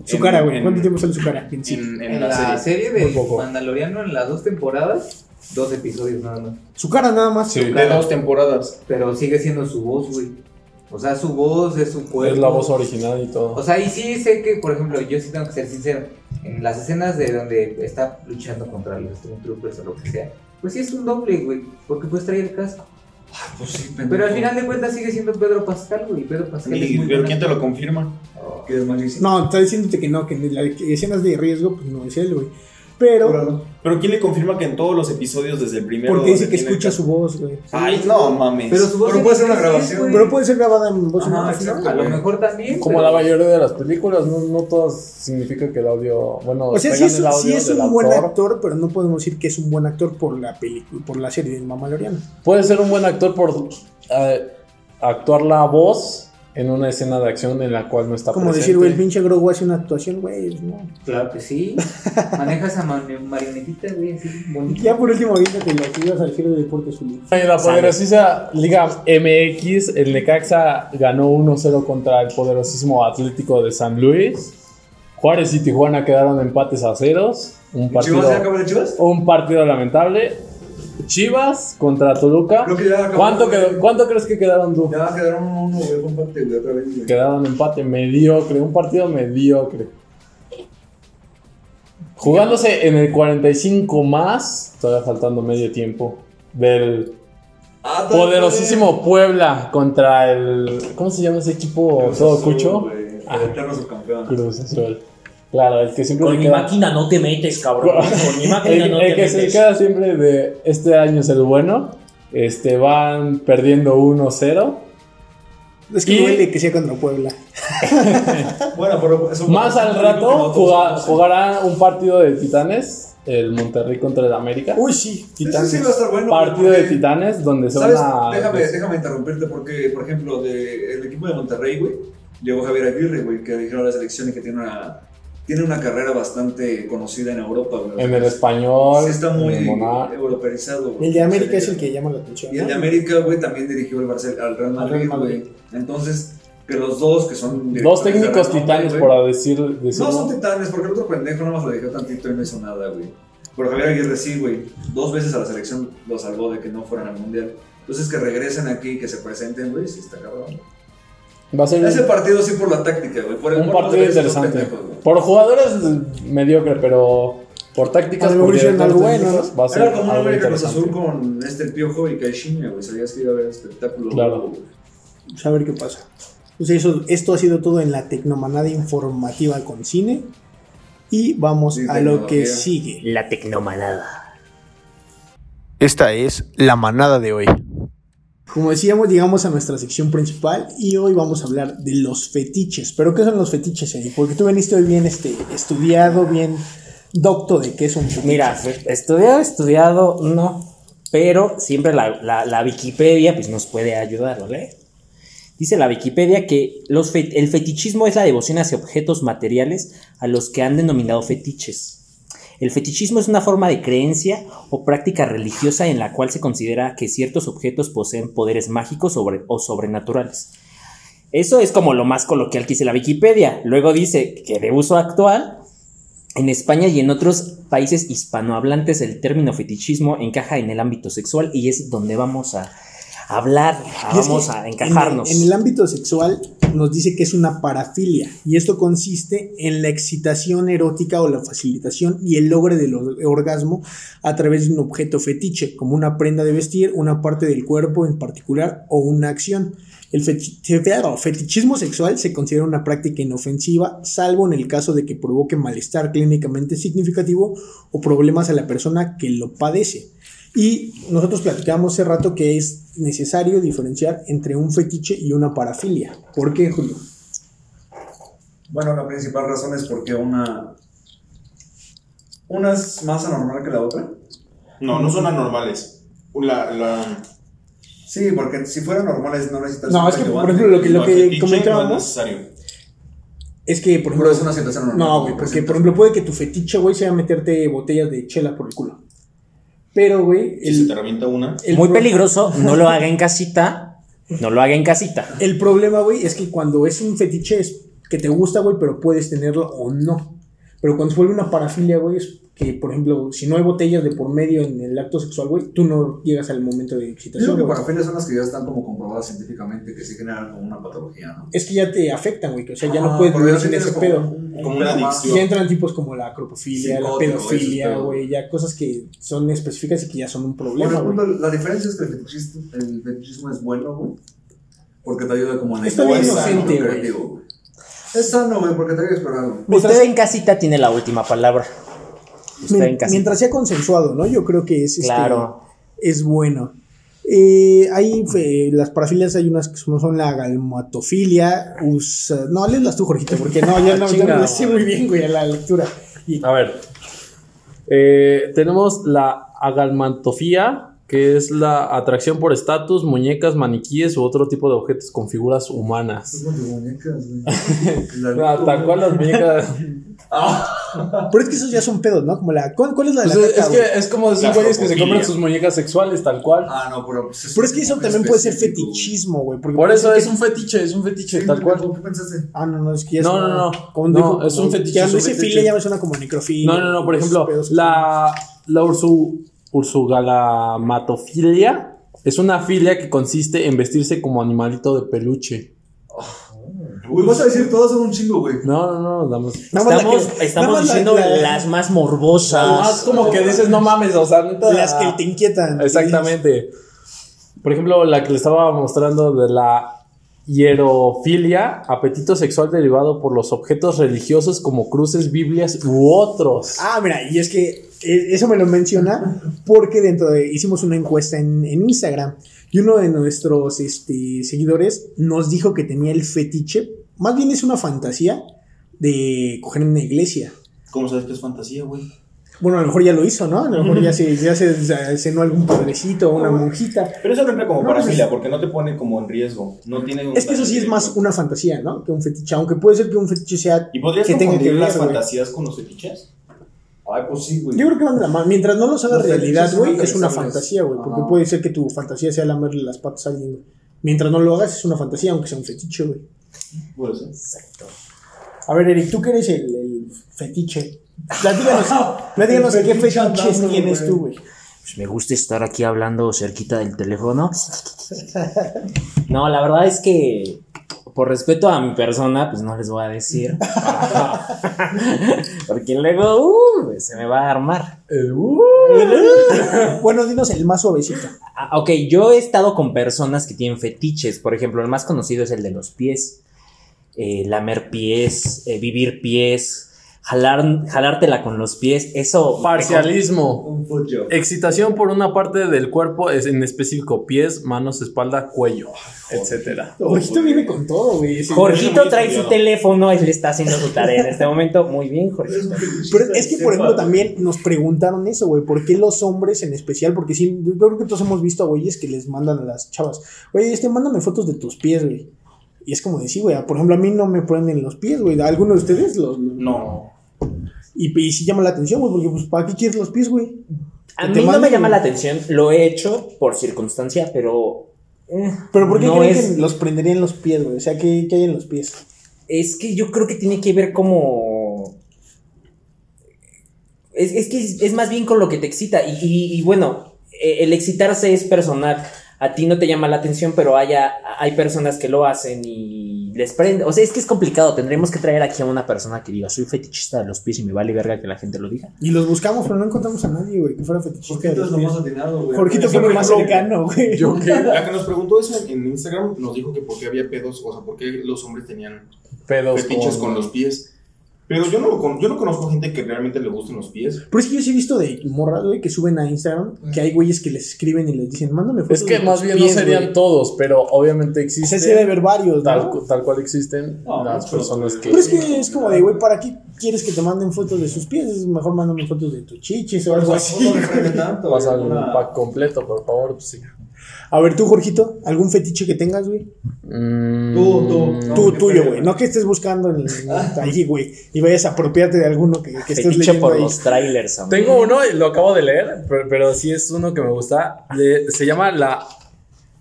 S4: Su
S5: en-
S4: cara, güey.
S5: en-
S4: ¿Cuánto tiempo sale su cara? En sí.
S5: En, en
S12: En
S5: la, serie.
S12: de
S7: Muy poco.
S12: Mandaloriano, en las dos temporadas, dos episodios nada más.
S4: Su cara nada más.
S7: Sí,
S5: De dos temporadas.
S12: Pero sigue siendo su voz, güey. O sea, su voz es su cuerpo.
S7: es la voz original y
S12: O
S7: todo.
S12: sea, y sí sé que, por ejemplo, yo sí tengo que ser sincero. En las escenas de donde está luchando contra los Stormtroopers o lo que sea, pues sí es un doble, güey. Porque puedes traer el casco.
S5: Ah,
S6: Pues sí,
S12: Pero al final de cuentas sigue siendo Pedro Pascal, güey. Pedro Pascal es
S5: Y-
S12: muy
S5: pero
S12: bueno.
S5: ¿quién te lo confirma?
S12: Oh.
S6: Que es malísimo.
S4: No, está diciéndote que no, que en las escenas de riesgo, pues no es él, güey. Pero,
S6: Júralo.
S5: Pero ¿quién le confirma que en todos los episodios desde el primero?
S4: porque dice
S5: donde
S4: que
S5: tiene-
S4: escucha su voz, güey.
S5: Ay, no mames.
S12: Pero su voz
S6: Pero
S12: es
S6: puede ser una
S12: inglés,
S6: grabación.
S12: güey.
S4: Pero puede ser grabada en voz en
S6: Ajá,
S4: off, ¿no?
S6: exacto.
S12: A lo mejor también.
S7: Pues, Como
S12: pero-
S7: la mayoría de las películas, no, no todas significa que el audio. Bueno,
S4: O sea, sí
S7: pegan
S4: es,
S7: el audio
S4: sí es
S7: del
S4: un buen
S7: autor.
S4: actor, pero no podemos decir que es un buen actor por la película, por la serie de Mandaloriano.
S7: Puede ser un buen actor por eh, actuar la voz en una escena de acción en la cual no está
S4: Como
S7: presente.
S4: decir, güey, el pinche Grogu hace una actuación, güey, no.
S12: Claro que sí. Manejas a marionetita, güey, así bonita.
S4: Ya por último, te lo que ibas al giro de deportes, Julio.
S7: En la poderosísima Liga MX, el Necaxa ganó 1-0 contra el poderosísimo Atlético de San Luis. Juárez y Tijuana quedaron empates a ceros. Un partido,
S6: ¿Chivas ya acaba de Chivas?
S7: un partido lamentable. Chivas contra Toluca.
S6: Creo que ya acabó,
S7: ¿Cuánto,
S6: güey.
S7: quedó- cuánto crees que quedaron tú?
S6: Ya quedaron uno, güey, comparte, güey, otra vez, güey.
S7: Quedaron empate mediocre, un partido mediocre. Jugándose en el 45 más, todavía faltando medio tiempo, del
S6: Ah, tal,
S7: poderosísimo Puebla contra el... ¿Cómo se llama ese
S6: güey.
S7: equipo
S6: Cruz
S7: todo
S6: Azul,
S7: cucho?
S6: güey,
S7: Ah.
S6: El eterno subcampeón.
S7: Cruz Azul. Claro, el que siempre
S8: Con
S7: se
S8: mi
S7: queda-
S8: máquina no te metes, cabrón. Con mi
S7: el,
S6: Ah,
S8: máquina no
S7: el
S8: te
S7: que se
S8: metes.
S7: queda siempre de este año es el bueno. Este, van perdiendo 1-0.
S4: Es que
S7: Y-
S4: duele que sea contra Puebla.
S6: Bueno, pero eso-
S7: Ah. Más al rato
S6: Nosotros
S7: juga-
S6: somos-
S7: jugarán un partido de titanes, el Monterrey contra el América.
S4: Uy, sí.
S6: Ese sí va a estar bueno.
S7: partido
S6: porque-
S7: de titanes donde se van
S6: ¿Sabes?
S7: a...
S6: Déjame, déjame interrumpirte porque, por ejemplo, de, el equipo de Monterrey, güey, llegó Javier Aguirre, güey, que dirigió la selección y que tiene una, tiene una carrera bastante conocida en Europa, güey.
S7: en el español.
S6: Sí está muy
S7: en el Monar-
S6: europeizado, güey.
S4: El de
S6: O
S4: América
S6: sea,
S4: es el que llama la atención.
S6: Y el de
S4: ¿no?
S6: América, güey, también dirigió el Barcel al Real
S4: Al Real
S6: Madrid,
S4: Madrid.
S6: güey. Entonces, que los dos, que son... directores
S7: Dos
S6: de
S7: técnicos
S6: Real Madrid,
S7: titanes,
S6: güey,
S7: por decir... decir-
S6: No son titanes, porque el otro pendejo nada más lo dejó tantito y no hizo nada, güey. Pero Javier Aguirre sí, güey. Dos veces a la selección lo salvó de que no fueran al mundial. Entonces que regresen aquí, que se presenten, güey, sí está cabrón.
S7: va a ser
S6: Ese
S7: un,
S6: partido sí por la táctica, güey. Por el
S7: un
S6: por los
S7: partido
S6: derechos de los
S7: interesante.
S6: pendejos, güey.
S7: Por jugadores mediocre, pero por
S4: A
S7: tácticas...
S4: lo mejor
S7: por
S4: hicieron
S7: directores
S4: algo bueno,
S7: técnicos, Va a ser
S6: Era como una
S7: algo
S6: América Cruz
S7: interesante.
S6: Azul con este el Piojo y Caixinha, güey. Sabías que iba a haber espectáculo.
S7: Claro.
S6: güey.
S4: Pues a ver qué pasa. Pues eso, esto ha sido todo en la tecnomanada informativa con cine. Y vamos
S6: Sí,
S4: a lo que
S6: tecnología.
S4: sigue.
S8: La tecnomanada.
S13: Esta es la manada de hoy.
S4: Como decíamos, llegamos a nuestra sección principal y hoy vamos a hablar de los fetiches. ¿Pero qué son los fetiches, Eric? Porque tú veniste hoy bien este, estudiado, bien docto de qué es un fetiche.
S8: Mira, estudiado, estudiado, no. Pero siempre la, la- la Wikipedia pues, nos puede ayudar, ¿vale? Dice la Wikipedia que los fe- el fetichismo es la devoción hacia objetos materiales a los que han denominado fetiches. El fetichismo es una forma de creencia o práctica religiosa en la cual se considera que ciertos objetos poseen poderes mágicos sobre- o sobrenaturales. Eso es como lo más coloquial que dice la Wikipedia. Luego dice que de uso actual en España y en otros países hispanohablantes el término fetichismo encaja en el ámbito sexual y es donde vamos a hablar, a-
S4: Y es
S8: vamos
S4: que
S8: a
S4: en el-
S8: encajarnos.
S4: En el, ámbito sexual nos dice que es una parafilia y esto consiste en la excitación erótica o la facilitación y el logro del or- orgasmo a través de un objeto fetiche, como una prenda de vestir, una parte del cuerpo en particular o una acción. El feti- claro, fetichismo sexual se considera una práctica inofensiva, salvo en el caso de que provoque malestar clínicamente significativo o problemas a la persona que lo padece. Y nosotros platicamos hace rato que es necesario diferenciar entre un fetiche y una parafilia. ¿Por qué, Julio?
S6: Bueno, la principal razón es porque una. Una es más anormal que la otra.
S5: No, no son anormales. La, la,
S6: Sí, porque si fueran normales no necesitas.
S4: No,
S6: un
S4: es que, por
S6: ayudante.
S4: ejemplo, lo que, lo
S5: no,
S4: que
S5: el fetiche no es
S4: comentábamos
S5: necesario.
S4: Es que, por
S6: Pero
S4: ejemplo.
S6: es una situación normal.
S4: No, güey, porque por ejemplo puede que tu fetiche, güey, sea meterte botellas de chela por el culo. Pero, güey,
S14: Si se te
S4: el,
S14: revienta una,
S4: el
S8: Muy
S4: pro-
S8: peligroso, no lo haga en casita. No lo haga en casita.
S4: El problema, güey, es que cuando es un fetiche es que te gusta, güey, pero puedes tenerlo o no. Pero cuando se vuelve una parafilia, güey, es que, por ejemplo, si no hay botellas de por medio en el acto sexual, güey, tú no llegas al momento de
S6: Yo creo
S4: excitación.
S6: que
S4: güey.
S6: parafilias son las que ya están como comprobadas científicamente que sí generan como una patología, ¿no?
S4: Es que ya te afectan, güey, que, o sea, ya no
S6: Ah,
S4: puedes
S6: porque
S4: vivir
S6: ya
S4: sin
S6: tienes
S4: ese
S6: como
S4: pedo.
S6: un- un
S14: Como una
S6: pedo más.
S14: adicción.
S4: Ya entran tipos como la acropofilia, la
S6: Psicótico, esos
S4: pedofilia,
S6: pedos.
S4: güey, ya cosas que son específicas y que ya son un
S6: Por
S4: problema, güey.
S6: ejemplo, la diferencia es que el fetichismo, el fetichismo es bueno, güey. Porque te ayuda como en
S4: Está bien
S6: es sano,
S4: inocente, güey.
S6: creativo, güey. Es sano, güey, porque te ayuda a explorar, güey.
S8: Usted en casita tiene la última palabra. Usted en
S4: Mien-
S8: casita.
S4: Mientras sea consensuado, ¿no? Yo creo que es, este,
S8: Claro.
S4: es bueno. Eh, hay eh, las parafilias, hay unas que son, son la galmatofilia. usa- no, léelas tú, Jorgito, porque no, ya no, ya no
S7: Chinga,
S4: le sé muy bien, güey, a la lectura. Y-
S7: A ver. Eh, tenemos la agalmantofía, que es la atracción por estatus, muñecas, maniquíes u otro tipo de objetos con figuras humanas.
S6: Es como tus muñecas, güey. La-
S7: Ah, Tal cual las muñecas.
S4: pero es que esos ya son pedos, ¿no? Como la, ¿cuál, cuál es la de
S7: Pues
S4: la
S7: es,
S4: caca,
S7: es
S4: güey?
S7: que es como esos güeyes que se compran sus muñecas sexuales, tal cual.
S6: Ah, no, pero. pues, es
S4: Pero es que eso
S6: muy
S4: también puede ser
S6: específico, güey.
S4: fetichismo, güey. porque
S7: Por
S4: puede
S7: eso
S4: ser
S7: es
S4: que-
S7: un fetiche, es un fetiche, tal cual.
S6: ¿Qué pensaste?
S4: Ah, no, no, es que ya
S7: No,
S4: suena-
S7: no, no.
S4: como
S7: No,
S4: dijo-
S7: es un fetiche,
S4: Ya
S7: es
S4: no
S7: un
S4: hice
S7: fetiche.
S4: filia, ya me suena como necrofilia.
S7: No, no, no, por
S4: esos
S7: ejemplo,
S4: pedos que
S7: la, la ursu, ursugalamatophilia es una filia que consiste en vestirse como animalito de peluche.
S6: Uy, vas a decir todos son un chingo, güey.
S7: No, no, no, damos.
S4: son- Nada más la
S8: Estamos,
S4: que-
S8: estamos
S4: nada más la-
S8: diciendo
S4: la-
S8: las más morbosas.
S7: es como que dices, no mames, o sea, neta.
S4: Las que te inquietan.
S7: Exactamente. Por ejemplo, la que le estaba mostrando de la hierofilia, apetito sexual derivado por los objetos religiosos como cruces, Biblias u otros.
S4: Ah, mira, y es que eh, eso me lo menciona porque dentro de hicimos una encuesta en, en Instagram y uno de nuestros este, seguidores nos dijo que tenía el fetiche, más bien es una fantasía de coger en una iglesia.
S14: ¿cómo sabes que es fantasía, güey?
S4: Bueno, a lo mejor ya lo hizo, ¿no? A lo mejor ya se, ya se se- cenó algún padrecito o una monjita.
S14: Pero eso no entra como
S4: No,
S14: para
S4: pues es-
S14: parafilia, porque no te pone como en riesgo. No tiene un
S4: Es que eso sí es más una fantasía, ¿no? Que un fetiche, aunque puede ser que un fetiche sea...
S14: ¿Y podrías
S4: que tenga
S14: confundir
S4: que ver,
S14: las
S4: güey.
S14: fantasías con los fetiches?
S6: Ay, pues sí, güey.
S4: Yo creo que van de la mano. Mientras no los hagas
S6: Los fetiches
S4: realidad,
S6: son
S4: güey, es una
S6: realizables.
S4: fantasía, güey. Porque
S6: Ajá.
S4: puede ser que tu fantasía sea lamerle las patas a alguien, güey. Mientras no lo hagas, es una fantasía, aunque sea un fetiche, güey.
S14: Puede ser.
S4: A ver, Eric, tú que eres el, el fetiche. Platícanos, platícanos qué
S6: fetiche
S4: fetiches
S6: andando,
S4: tienes
S6: güey.
S4: tú, güey.
S8: Pues me gusta estar aquí hablando cerquita del teléfono. No, la verdad es que por respeto a mi persona, pues no les voy a decir. Porque luego uh, se me va a armar.
S7: El- uh,
S4: Bueno, dinos el más suavecito.
S8: Ah, ok, yo he estado con personas que tienen fetiches. Por ejemplo, el más conocido es el de los pies. Eh, lamer pies, eh, vivir pies, jalar, jalártela con los pies. Eso.
S7: parcialismo.
S6: Un foot job.
S7: Excitación por una parte del cuerpo, es en específico pies, manos, espalda, cuello, etcétera.
S4: Jorgito viene con todo, güey. Sí.
S8: Jorgito trae su
S14: estudiado.
S8: teléfono y le está haciendo su tarea en este momento. Muy bien, Jorgito.
S4: Pero es que, por ejemplo, también nos preguntaron eso, güey. ¿Por qué los hombres en especial? Porque sí, yo creo que todos hemos visto a güeyes que les mandan a las chavas. Oye, este, mándame fotos de tus pies, güey. Y es como decir, güey, por ejemplo, a mí no me prenden los pies, güey. ¿Alguno de ustedes los...? los-
S14: No.
S4: Y, y sí llama la atención, güey, porque pues, ¿para qué quieres los pies, güey?
S8: A
S4: Que
S8: mí
S4: te
S8: no me
S4: manden-
S8: llama la atención, lo he hecho por circunstancia, pero. eh,
S4: Pero ¿por qué
S8: no
S4: creen
S8: es,
S4: que los prenderían los pies, güey? O sea, ¿qué, qué hay en los pies?
S8: es que yo creo que tiene que ver como. Es, es que es, es más bien con lo que te excita. Y, y- y bueno, eh, el excitarse es personal. A ti no te llama la atención, pero haya, hay personas que lo hacen y les prende. O sea, es que es complicado. Tendremos que traer aquí a una persona que diga, soy fetichista de los pies y me vale verga que la gente lo diga.
S4: Y los buscamos, pero no encontramos a nadie, güey, que fuera
S6: Porque
S4: fetichista. de los
S6: entonces lo
S4: pies.
S6: más atinado, güey.
S4: Jorgito fue lo más cercano, güey.
S7: Yo qué
S5: La que nos preguntó eso en Instagram nos dijo que por qué había pedos, o sea, por qué los hombres tenían
S7: pedos
S5: fetiches con los pies. Pero yo no, lo con- yo no conozco gente que realmente le gusten los pies.
S4: Pero es que yo sí he visto de morras, güey, que suben a Instagram, que hay güeyes que les escriben y les dicen, mándame fotos.
S7: Es que
S4: de
S7: más
S4: tus
S7: bien
S4: pies,
S7: no serían
S4: güey".
S7: todos, pero obviamente
S4: O sea, sí debe
S7: existen
S4: haber varios,
S7: tal,
S4: ¿no?
S7: cu- tal cual existen
S6: No,
S7: las
S6: muchos,
S7: personas
S6: güey.
S7: que
S4: Pero es que es como de, güey, ¿para qué quieres que te manden fotos de sus pies? Es mejor mándame fotos de tus chichis o algo así.
S6: No tanto,
S7: pasa
S6: güey,
S7: un
S6: una-
S7: pack completo, por favor, pues sí.
S4: A ver, tú, Jorgito, ¿algún fetiche que tengas, güey?
S7: Tú,
S6: tú, no.
S4: tú,
S6: qué
S4: tuyo,
S6: feo.
S4: güey. No Ah. que estés buscando en, en- allí, güey, y vayas a apropiarte de alguno que, que estés
S3: Fetiche
S4: leyendo
S3: por
S4: ahí.
S3: los trailers, amigo.
S7: Tengo uno, y lo acabo de leer, pero, pero sí es uno que me gusta. Le- se llama la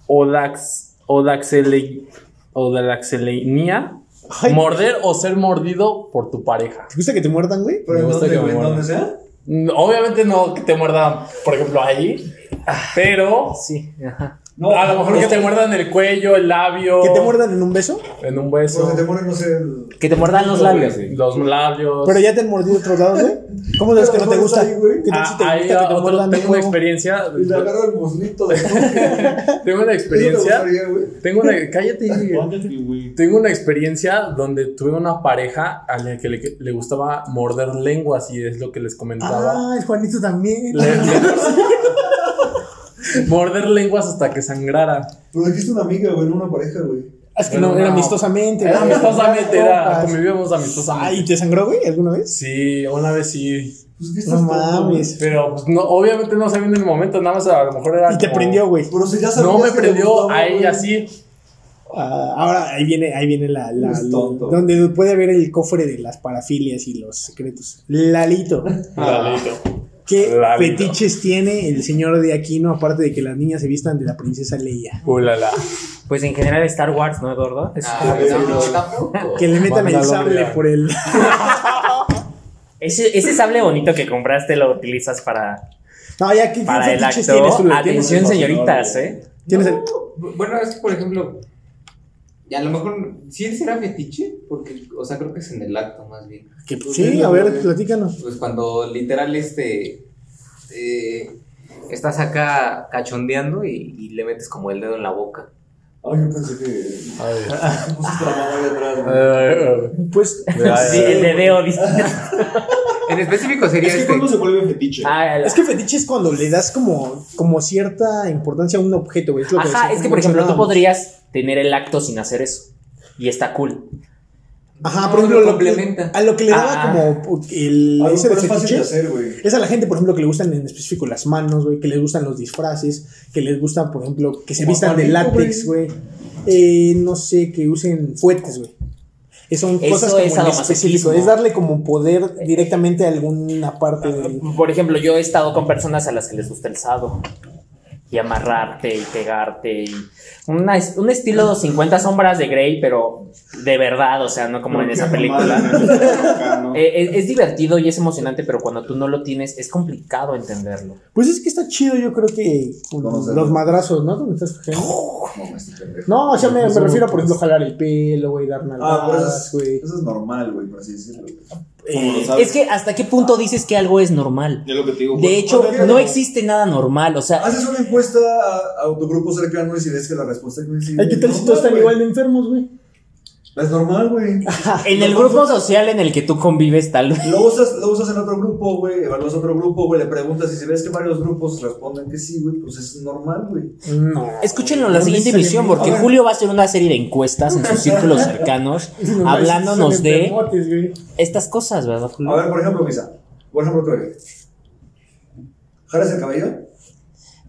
S7: odax, odaxele- odaxelenia.
S4: Ay,
S7: Morder o ser mordido por tu pareja.
S4: ¿Te gusta que te muerdan, güey?
S6: Pero
S7: Me
S6: en
S7: gusta
S6: dónde,
S7: que me
S6: güey, en
S7: muerdan.
S6: donde sea.
S7: Mm, Obviamente no que te muerdan, por ejemplo, ahí, pero
S8: Sí, ajá.
S6: No,
S7: a lo mejor que te muerdan el cuello, el labio,
S4: ¿Que te muerdan en un beso?
S7: en un
S6: Porque
S7: beso,
S6: te mueren, no sé. el-
S8: Que te
S4: Ah,
S8: muerdan los labios.
S7: los labios.
S4: Pero ya te han mordido otros lados, güey. ¿Cómo sabes que no te
S6: Pero
S4: gusta?
S6: ahí, güey.
S4: ¿Qué tal si te
S7: Ah,
S4: gusta
S7: ahí
S4: que te
S7: otro-
S4: muerdan de
S7: tengo una
S4: nuevo?
S7: experiencia,
S6: Y te agarra el muslito de
S7: tengo una experiencia
S6: güey?
S7: Tengo una. Cállate. Tengo una experiencia donde tuve una pareja a la que le, que le gustaba morder lenguas y es lo que les comentaba.
S4: Ah, el Juanito también.
S7: Le- le- morder lenguas hasta que sangrara.
S6: Pero dijiste una amiga, güey, no una pareja, güey.
S4: Es que
S7: Bueno,
S4: no, era
S7: no.
S4: amistosamente.
S7: Era
S4: güey.
S7: amistosamente, era.
S4: Copas.
S7: Convivíamos amistosamente.
S4: Ay, ¿te sangró, güey, alguna vez?
S7: Sí, una vez sí.
S6: Pues que
S4: No
S6: estás tonto, güey.
S4: mames.
S7: Pero pues, no, obviamente no sabía en el momento, nada más a lo mejor era.
S4: Y te
S7: como-
S4: prendió, güey.
S6: Pero si ya sabías
S7: No me
S6: que te
S7: prendió
S6: gustaba,
S7: a ella
S6: güey.
S7: así.
S4: Ah, ahora ahí viene, ahí viene la, la-
S6: Eres
S4: la-
S6: tonto.
S4: donde puede haber el cofre de las parafilias y los secretos. Lalito. ¿Qué
S7: Lalito.
S4: fetiches tiene el señor de Aquino aparte de que las niñas se vistan de la princesa Leia?
S7: Ulala.
S8: Pues en general Star Wars, ¿no, Eduardo? Es-
S12: no, tampoco.
S4: Que le metan el
S7: Mandalorian.
S4: sable por el
S8: Ese, ese sable bonito que compraste lo utilizas para,
S4: No, ya qué, qué
S8: para el
S4: fetiches
S8: acto.
S4: tienes tú, Lalo? ¿Tienes
S8: Atención,
S4: el-
S8: señoritas, ¿eh?
S4: ¿Tienes el-
S12: No, Bueno, es que por ejemplo, y a lo mejor, ¿sí será fetiche? Porque, o sea, creo que es en el acto más bien.
S4: que-
S6: pues,
S4: Sí, a ver, platícanos.
S12: Pues cuando literal este eh, estás acá cachondeando y, y le metes como el dedo en la boca.
S6: Ay, yo pensé que.
S7: Ay.
S6: Te pusiste la mano ahí atrás, güey.
S7: Eh,
S4: Pues
S8: Sí, el dedeo. dice.
S12: En específico sería
S5: Es que
S12: este.
S5: cuando se vuelve fetiche.
S8: Ah, el-
S4: es que fetiche es cuando le das como, como cierta importancia a un objeto, güey. Es lo que
S8: Ajá,
S4: decía-
S8: es que por ejemplo tú
S4: mencionábamos.
S8: podrías tener el acto sin hacer eso. Y está cool.
S4: Ajá,
S12: No,
S4: por ejemplo,
S12: lo
S4: lo que-
S12: complementa.
S4: a lo que le daba
S8: Ah.
S4: como el
S6: Algo
S4: ese de
S6: pero es fácil de
S4: fetiches,
S6: hacer, güey.
S4: es a la gente, por ejemplo, que le gustan en específico las manos, güey, que les gustan los disfraces, que les gustan, por ejemplo, que se
S6: Como
S4: vistan de
S6: Juanito,
S4: látex, güey. Eh, no sé, que usen fuetes, güey. Es- Son
S8: Eso
S4: cosas como
S8: es
S4: en
S8: sadomasoquismo.
S4: específico, es darle como poder
S8: Eh,
S4: directamente a alguna parte del...
S8: Por ejemplo, yo he estado con personas a las que les gusta el sado. Y amarrarte y pegarte. Y una es- un estilo 50 sombras de Grey, pero de verdad, o sea, no como en esa película. Eh, es, es divertido y es emocionante, pero cuando tú no lo tienes es complicado entenderlo.
S4: Pues es que está chido, yo creo que con
S6: Vamos a ver.
S4: los madrazos, ¿no? Cuando estás cogiendo. este No, o sea, me, me refiero, por ejemplo, jalar el pelo, güey, dar
S6: Ah, pero eso
S4: nalgadas,
S6: es,
S4: güey.
S6: eso es normal, güey, por así decirlo. güey.
S5: como lo
S8: Eh,
S5: sabes.
S8: es que hasta qué punto dices que algo es normal.
S5: Es lo que te digo.
S8: De hecho,
S6: mira,
S8: no
S6: no.
S8: existe nada normal, o sea,
S6: Haces una encuesta a, a tu grupo cercano y si ves que la respuesta es sí,
S4: Ay, ¿qué tal
S6: es
S4: si todos están
S6: normal,
S4: igual de enfermos, güey?
S6: güey. Es normal, güey.
S8: en el grupo social en el que tú convives tal vez.
S6: Lo usas, lo usas en otro grupo, güey. Evalúas otro grupo, güey. Le preguntas y si ves que varios grupos responden que sí, güey, pues es normal, güey.
S4: No.
S8: Escúchenlo en la
S4: No necesariamente.
S8: siguiente emisión, porque
S6: A ver.
S8: Julio va a hacer una serie de encuestas en sus círculos cercanos, hablándonos
S4: Son
S8: de
S4: enfermotes, güey.
S8: estas cosas, ¿verdad,
S6: A
S8: Julio?
S6: ver, por ejemplo, Misa. Por ejemplo, tú, Eric. ¿Jalas el cabello?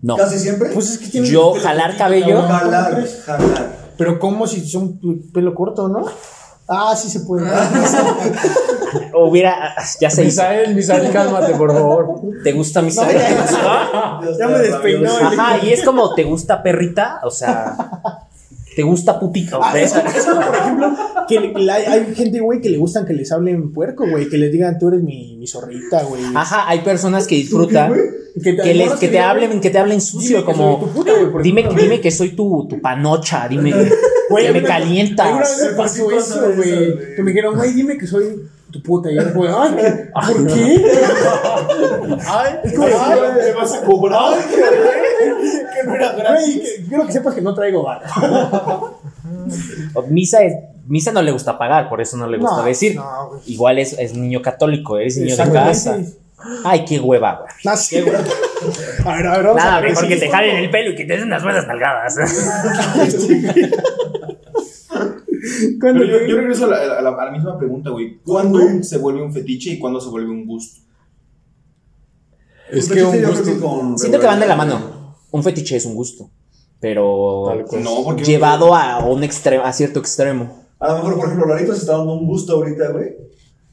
S8: No.
S6: ¿Casi siempre?
S4: Pues es que tienen
S8: Yo
S4: el pelo cortito,
S8: jalar cabello.
S4: cabrón, ¿cómo
S6: Jalar,
S4: crees?
S6: jalar.
S4: Pero como si son pelo corto, ¿no? Ah, sí se puede.
S8: Hubiera, ya se hizo.
S7: Misael, Misael, cálmate, por favor.
S8: ¿Te gusta mi
S4: No, ya, ya. Ya me despeinó.
S8: Ajá, y es como, ¿te gusta perrita? O sea, ¿te gusta putito?
S4: Ah, es, como- es como, por ejemplo, que le- la- hay gente, güey, que le gustan que les hablen puerco, güey, que les digan, tú eres mi, mi zorrita, güey.
S8: Ajá, hay personas que disfrutan
S4: Que te-
S8: Ah, que, les,
S4: morras que
S8: que te
S4: digan,
S8: hablen, que te hablen sucio,
S4: que
S8: como
S4: soy tu puta, güey, por
S8: dime,
S4: ejemplo.
S8: dime que soy tu, tu panocha, dime
S4: Güey,
S8: que me
S4: alguna- Alguna vez
S8: calientas.
S4: me pasó
S6: pasa
S4: eso,
S6: eso,
S4: güey.
S6: güey.
S4: Que me dijeron, güey, dime que soy tu puta. Y yo, güey, ay, ¿qué? ¿por qué?
S7: Ay,
S4: Es como, ay,
S5: te vas a cobrar.
S4: Güey, que- quiero que sepas que no traigo barro.
S8: Misa es- Misa no le gusta pagar, por eso no le gusta
S4: No,
S8: decir.
S4: no, güey.
S8: Igual es, es niño católico, eres niño de
S4: Exactamente.
S8: casa. Ay, qué hueva, güey.
S4: Ah, sí, güey. A ver, a ver, vamos
S8: Nada,
S4: a ver.
S8: mejor
S4: sí,
S8: que te
S4: sí.
S8: jalen el pelo y que te den unas buenas nalgadas.
S4: Cuando-
S5: Pero yo, yo regreso a la, a la- a la misma pregunta, güey. ¿Cuándo se vuelve un fetiche y cuándo se vuelve un gusto?
S7: Es
S6: Pues
S7: que
S6: sí,
S7: un
S6: yo creo que
S7: gusto.
S6: con
S8: Siento que van de la
S6: regularidad,
S8: mano. Un fetiche es un gusto. pero
S7: Tal cual.
S5: No, porque-
S8: llevado a un extremo, a cierto extremo.
S6: A lo mejor, por ejemplo, Larito se está dando un gusto ahorita, güey,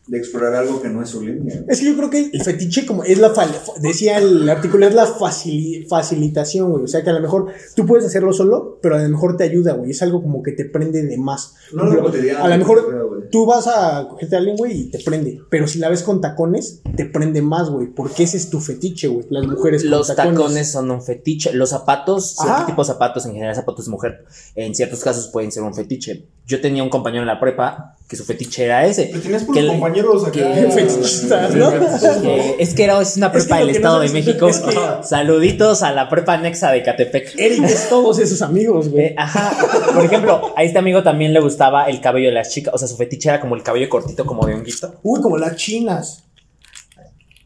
S6: de explorar algo que no es su línea. güey.
S3: Es que yo creo que el fetiche, como es la. fal- Decía el artículo, es la facili- facilitación, güey. O sea, que a lo mejor tú puedes hacerlo solo, pero a lo mejor te ayuda, güey. Es algo como que te prende de más.
S6: No lo
S3: Pero
S6: cotidiano,
S3: A lo
S6: creo, güey.
S3: mejor tú vas a cogerte a alguien, güey, y te prende. Pero si la ves con tacones, te prende más, güey. Porque ese es tu fetiche, güey. Las mujeres con
S8: Los tacones son un fetiche. Los zapatos,
S3: Ajá.
S8: cierto tipo de zapatos, en general zapatos de mujer, en ciertos casos pueden ser un fetiche. Yo tenía un compañero en la prepa que su fetiche era ese.
S5: Pues tienes por
S8: Que le-
S5: compañeros acá.
S8: que-
S3: Fetichistas, ¿no?
S8: que- es que era es una
S3: Es que
S8: prepa
S3: lo
S8: del
S3: que no
S8: Estado de
S3: sabes-
S8: México.
S3: es que-
S8: Ajá. Saluditos a la prepa anexa de Catepec.
S3: Eric es todos esos amigos, güey.
S8: Eh, ajá. Por ejemplo, a este amigo también le gustaba el cabello de las chicas. O sea, su fetiche era como el cabello cortito, como de honguito.
S3: Uy, como las chinas.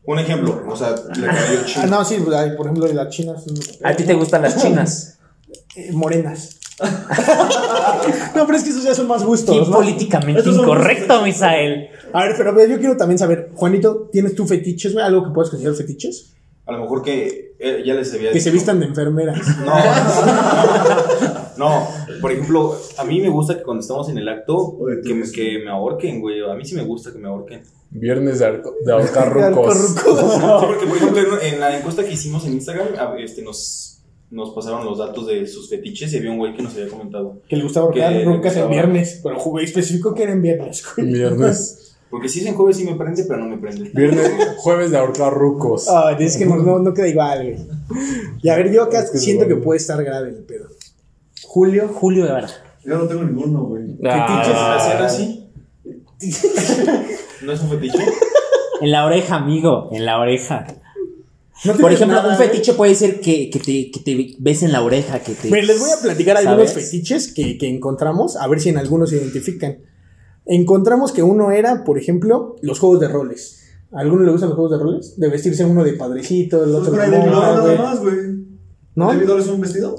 S5: Un ejemplo, o sea, le cayó
S3: Ah,
S5: chido.
S3: no, sí, pues, ay, por ejemplo, de las chinas.
S8: A ti te gustan las chinas.
S3: Eh, morenas. no, pero es que esos ya son más
S8: Qué
S3: gustos. ¿no?
S8: políticamente incorrecto, Misael.
S3: A ver, pero a ver, yo quiero también saber, Juanito, ¿tienes tú fetiches, güey? ¿Algo que puedas considerar fetiches?
S5: A lo mejor que eh, ya les había
S3: Que se
S5: dicho.
S3: vistan de enfermeras.
S5: No, no, por ejemplo, a mí me gusta que cuando estamos en el acto,
S6: Oye, tú
S5: que me,
S6: eres-
S5: que me ahorquen, güey. A mí sí me gusta que me ahorquen. Sí,
S7: Viernes de, ahorco- de ahorcar
S3: De alcohol
S7: rucos.
S3: rucos.
S5: porque, por ejemplo, en, en la encuesta que hicimos en Instagram, a- este, nos, nos pasaron los datos de sus fetiches y había un güey que nos había comentado.
S3: Que le gustaba ahorcar
S5: Que le
S3: rucas en
S5: gustaba.
S3: viernes. Pero jugué específico que era en viernes, güey.
S7: Viernes.
S5: Porque si es en jueves sí me prende, pero no me prende.
S7: Viernes, jueves de ahorcar rucos.
S3: Ah, es que no, no, no queda igual, güey. Y a ver, yo acá
S7: Es que es
S3: siento que
S7: igual.
S3: puede estar grave el pedo. Julio.
S8: Julio de verdad.
S6: Yo no tengo ninguno, güey.
S5: ¿Fetiches
S7: Ah.
S5: hacer así? ¿No es un fetiche?
S8: En la oreja, amigo. En la oreja.
S3: ¿no
S8: Por
S3: tienes
S8: ejemplo,
S3: nada,
S8: un
S3: güey?
S8: fetiche puede ser que, que te, que te ves en la oreja, que te...
S3: Miren, les voy a platicar algunos
S8: ¿Sabes?
S3: fetiches que, que encontramos, a ver si en algunos se identifican. Encontramos que uno era, por ejemplo, los juegos de roles. ¿A alguno le gustan los juegos de roles? De vestirse uno de padrecito, el
S6: Pues
S3: otro
S6: por ahí
S3: de
S6: de mi
S3: monja,
S6: lado nada
S3: güey.
S6: más, güey.
S3: ¿No?
S6: ¿David Doll es un vestido?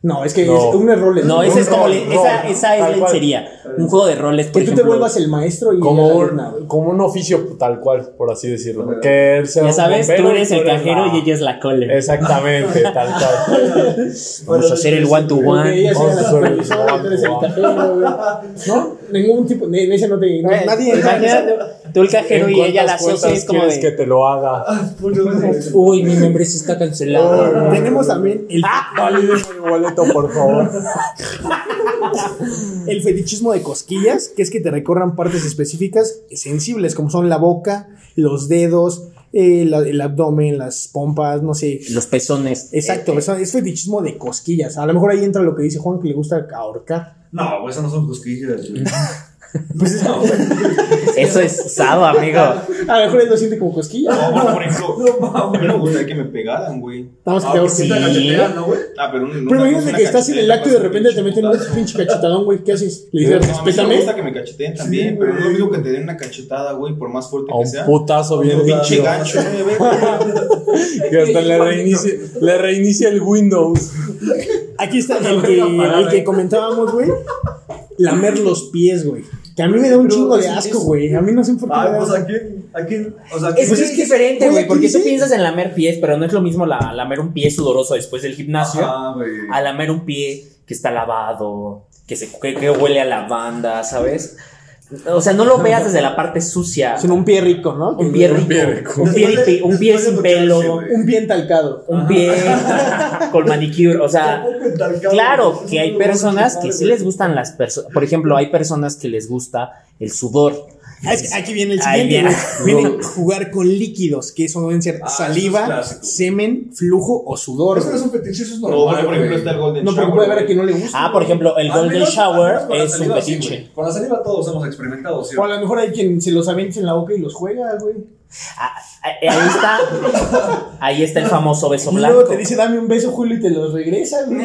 S3: No, es que
S7: No.
S3: es, uno es roles.
S8: No,
S3: ¿no?
S8: esa es como...
S7: rol,
S8: le-
S7: rol,
S8: esa, esa es
S7: tal cual.
S8: lencería. Un juego de roles,
S3: Que
S8: por
S3: tú
S8: ejemplo.
S3: te vuelvas el maestro y
S7: Como
S3: el
S7: un,
S3: alumnado.
S7: como un oficio tal cual, por así decirlo.
S6: Ajá.
S7: Que él sea
S8: Ya
S7: un
S8: sabes,
S7: bombero
S8: tú eres
S7: y
S8: el cajero
S7: la-
S8: y ella es la cole.
S7: Exactamente, tal cual.
S8: Vamos a hacer el one to
S3: Como que
S8: one.
S3: ellas eran
S7: Vamos
S3: las
S7: a ver.
S3: supervisoras, tú eres el cajero, güey. ¿No? Ningún tipo, ni- de ese no te... no- nadie...
S8: Imagínate, Tú el cajero
S7: ¿En
S8: y ella la socia
S7: cuántas cuentas
S8: es como
S7: quieres que
S8: de...
S7: te lo haga?
S6: Muchas veces.
S8: Uy, mi nombre se está cancelado.
S3: Tenemos también el,
S8: ah.
S7: Valide mi boleto, por favor.
S3: El fetichismo de cosquillas, que es que te recorran partes específicas sensibles, como son la boca, los dedos, eh, la- el abdomen, las pompas, no sé.
S8: Los pezones.
S3: Exacto, eso es fetichismo de cosquillas. A lo mejor ahí entra lo que dice Juan, que le gusta ahorcar.
S6: No, güey, esas no son cosquillas, güey.
S3: Pues es-
S8: Eso es sado, amigo.
S3: a lo mejor él lo siente como cosquilla.
S5: No, bueno, por ejemplo, a mí no me gustaría que me pegaran, güey.
S3: Vamos a
S6: Ah, porque
S8: sí.
S6: te cachetean, ¿no, güey?
S5: Ah, pero, un-
S3: Pero
S5: una-
S3: imagínate
S5: una
S3: que estás en el
S5: cachetada,
S3: acto y de
S5: un
S3: repente te
S5: pinche
S3: meten un
S5: putazo.
S3: pinche cachetadón, güey. ¿Qué haces? Le
S5: No, a
S3: dices,
S5: mí sí me
S3: respétame.
S5: gusta que me cacheteen también, pero no es lo mismo que te den una cachetada, güey, por más fuerte
S7: A
S5: que
S7: un
S5: sea.
S7: putazo bien
S5: Un pinche
S7: chido.
S5: gancho, güey, a ver, güey.
S7: Que hasta le reinicia, le reinicia el Windows.
S3: Aquí está el que, el que comentábamos, güey. Lamer los pies, güey. Que a mí me da un
S6: Pero
S3: chingo de
S6: es-
S3: asco,
S6: es-
S3: güey. A mí no sé por qué.
S6: Ah,
S3: me da-
S6: pues a quién, a quién, o sea,
S8: Es,
S6: ¿quién-
S3: Pues es
S8: es
S3: que-
S8: diferente,
S3: Oye,
S8: güey, porque tú
S3: dice-
S8: piensas en lamer pies, pero no es lo mismo la, lamer un pie sudoroso después del gimnasio
S6: Ah, güey.
S8: a lamer un pie que está lavado, que, se, que, que huele a lavanda, ¿sabes? O sea, no lo veas desde la parte sucia.
S3: Sino un pie rico, ¿no?
S8: Un pie
S7: Un pie
S8: rico,
S7: rico.
S8: un pie,
S6: Después de-
S8: ripi- un
S6: después
S8: pie
S6: de
S8: sin
S6: ducharse,
S8: pelo,
S6: güey.
S3: Un bien talcado.
S8: un pie con manicure, o sea... Claro que hay personas que sí les gustan las personas. Por ejemplo, hay personas que les gusta el sudor.
S3: Ah, es que aquí viene el
S8: Ahí
S3: siguiente. güey.
S8: viene.
S3: Viene jugar con líquidos, que eso deben ser
S6: Ah, eso
S3: saliva,
S6: es clásico.
S3: semen, flujo o sudor.
S6: Eso Este no
S3: güey.
S6: es un fetiche, eso es
S5: No,
S6: normal.
S5: güey, por ejemplo, está el Golden
S3: No, pero
S5: Shower,
S3: puede haber a
S5: güey.
S3: quien no le gusta.
S8: Ah, por ejemplo, el
S6: Al
S8: Golden
S6: menos- al menos
S8: Shower
S6: con la
S8: es un
S6: saliva, sí,
S8: fetiche.
S6: güey. con la saliva todos hemos experimentado, ¿sí?
S3: O a lo mejor hay quien se los avienta en la boca y los juega, güey.
S8: Ah, ah, ahí está. Ahí está el famoso beso
S3: Y luego
S8: blanco.
S3: te dice, dame un beso, Julio, y te los regresa, güey.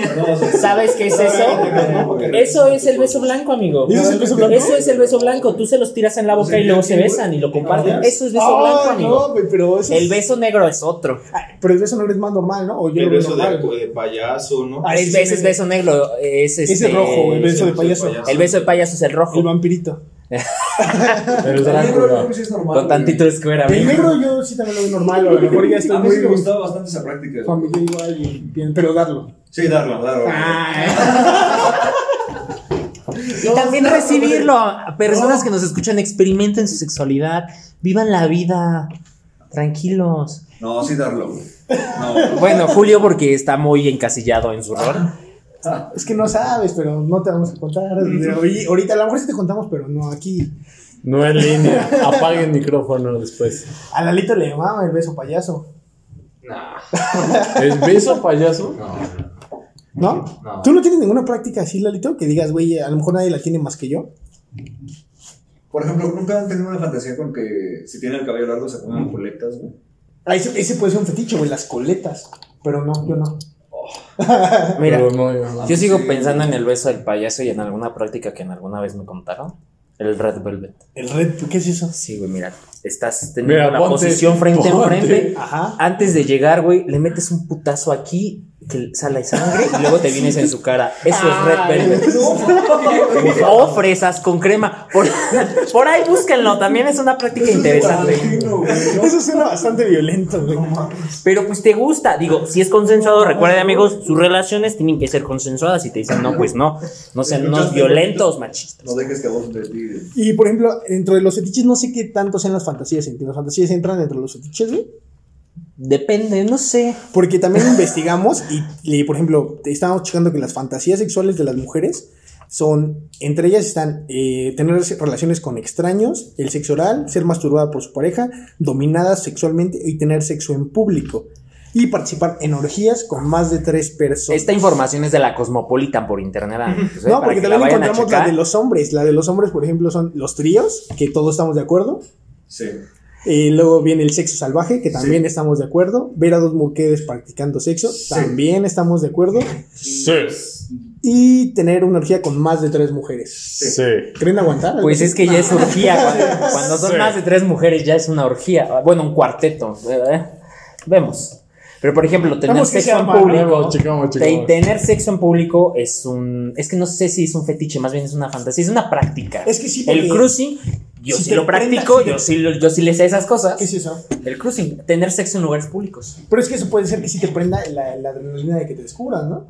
S8: ¿Sabes qué es eso? Eso es el beso blanco, amigo.
S3: ¿Eso es el beso blanco?
S8: Eso es el beso blanco. Tú se los tiras en la boca y luego se besan y lo comparten. Eso es beso blanco,
S3: Ah,
S8: amigo.
S3: no, güey, pero eso
S8: El
S3: es-
S8: beso negro es otro.
S3: Ah, Pero el beso no es más normal, ¿no? O yo
S5: El
S3: lo veo
S5: beso
S3: normal.
S5: de, de payaso, ¿no?
S3: Ah,
S8: Es,
S3: sí,
S8: es beso negro. Es
S3: Ese
S8: este-
S3: rojo, el beso de
S5: el
S3: payaso.
S5: payaso.
S8: El beso de payaso es el rojo.
S3: El vampirito.
S7: El
S6: Yo creo
S7: Drácula.
S6: que sí es normal.
S8: Con
S6: güey.
S8: tantito escuera,
S3: El
S8: amigo.
S3: negro yo sí también lo veo normal, o a lo mejor ya estoy
S6: A mí sí
S3: muy
S6: me gustaba bastante esa práctica. güey.
S3: familiar igual, y bien, pero darlo.
S5: Sí, darlo, darlo.
S6: Ah.
S8: Y también recibirlo. a Personas que nos escuchan, experimenten su sexualidad, vivan la vida, tranquilos.
S6: No, sí, darlo, güey. No,
S8: Bueno, Julio, porque está muy encasillado en su
S7: Ah,
S8: rol.
S3: Es que no sabes, pero no te vamos a contar. De hoy- ahorita a lo mejor sí te contamos, pero no, aquí.
S7: No en línea. Apague el micrófono después.
S3: A Lalito le llamaba el beso payaso.
S7: ¿Es beso payaso?
S12: No,
S3: ¿No?
S12: No.
S3: ¿Tú no tienes ninguna práctica así, Lalito? Que digas, güey, a lo mejor nadie la tiene más que yo.
S6: Por ejemplo, nunca han tenido una fantasía con que si tienen el cabello largo se pongan colectas, güey.
S3: Ah, ese, ese puede ser un fetiche, güey, las coletas. Pero no, yo no.
S8: Mira,
S7: Pero no, yo no.
S8: yo sigo pensando en el beso del payaso y en alguna práctica que en alguna vez me contaron. El Red Velvet.
S3: El red, ¿qué es eso?
S8: Sí, güey, mira. Estás teniendo
S7: Mira,
S8: la
S7: ponte,
S8: posición frente a
S7: ponte.
S8: frente.
S3: Ajá.
S8: Antes de llegar, güey, le metes un putazo aquí, que sale sangre, y luego te vienes en su cara. Eso es Red Velvet. O fresas con crema. Por, por ahí búsquenlo, también es una práctica interesante.
S3: Eso suena bastante violento, güey.
S8: Pero pues te gusta. Digo, si es consensuado, recuerden amigos, sus relaciones tienen que ser consensuadas. Si te dicen no, pues no. No sean unos violentos machistas.
S6: No dejes que vos te tire.
S3: Y por ejemplo, dentro de los fetiches, no sé qué tanto sean las fantasías. ¿en que ¿Las fantasías entran dentro de los fetiches, güey?
S8: Depende, no sé.
S3: Porque también investigamos y, y, por ejemplo, te- estábamos checando que las fantasías sexuales de las mujeres son, entre ellas están eh, tener relaciones con extraños, el sexo oral, ser masturbada por su pareja, dominadas sexualmente y tener sexo en público. Y participar en orgías con más de tres personas.
S8: Esta información es de la Cosmopolitan por internet. amigos, ¿eh?
S3: no,
S8: Para
S3: porque
S8: que
S3: también
S8: vayan a
S3: encontramos la
S8: checar.
S3: de los hombres. La de los hombres, por ejemplo, son los tríos, que todos estamos de acuerdo.
S6: Sí.
S3: Eh, luego viene el sexo salvaje, que también estamos de acuerdo. Ver a dos mujeres practicando sexo, también estamos de acuerdo.
S7: Sí.
S3: Y tener una orgía con más de tres mujeres.
S7: Sí.
S3: ¿Creen aguantar? algo
S8: Pues
S3: así?
S8: es que ya es orgía. Cuando, cuando son
S7: Sí.
S8: más de tres mujeres ya es una orgía. Bueno, un cuarteto. ¿eh? Vemos. Pero por ejemplo, tener
S3: Vamos que
S8: sexo en
S3: sea
S8: público.
S7: Vamos, checamos,
S8: te-
S7: checamos.
S8: tener sexo en público es un. Es que no sé si es un fetiche, más bien es una fantasía, es una práctica.
S3: Ah, Es que sí,
S8: El
S3: porque-
S8: cruising, yo
S3: Si
S8: sí
S3: te
S8: lo
S3: prendas,
S8: practico,
S3: si te-
S8: yo sí, lo- yo sí le sé esas cosas.
S3: ¿Qué es eso?
S8: El cruising, tener sexo en lugares públicos.
S3: Pero es que eso puede ser que sí te prenda la, la adrenalina de que te descubran, ¿no?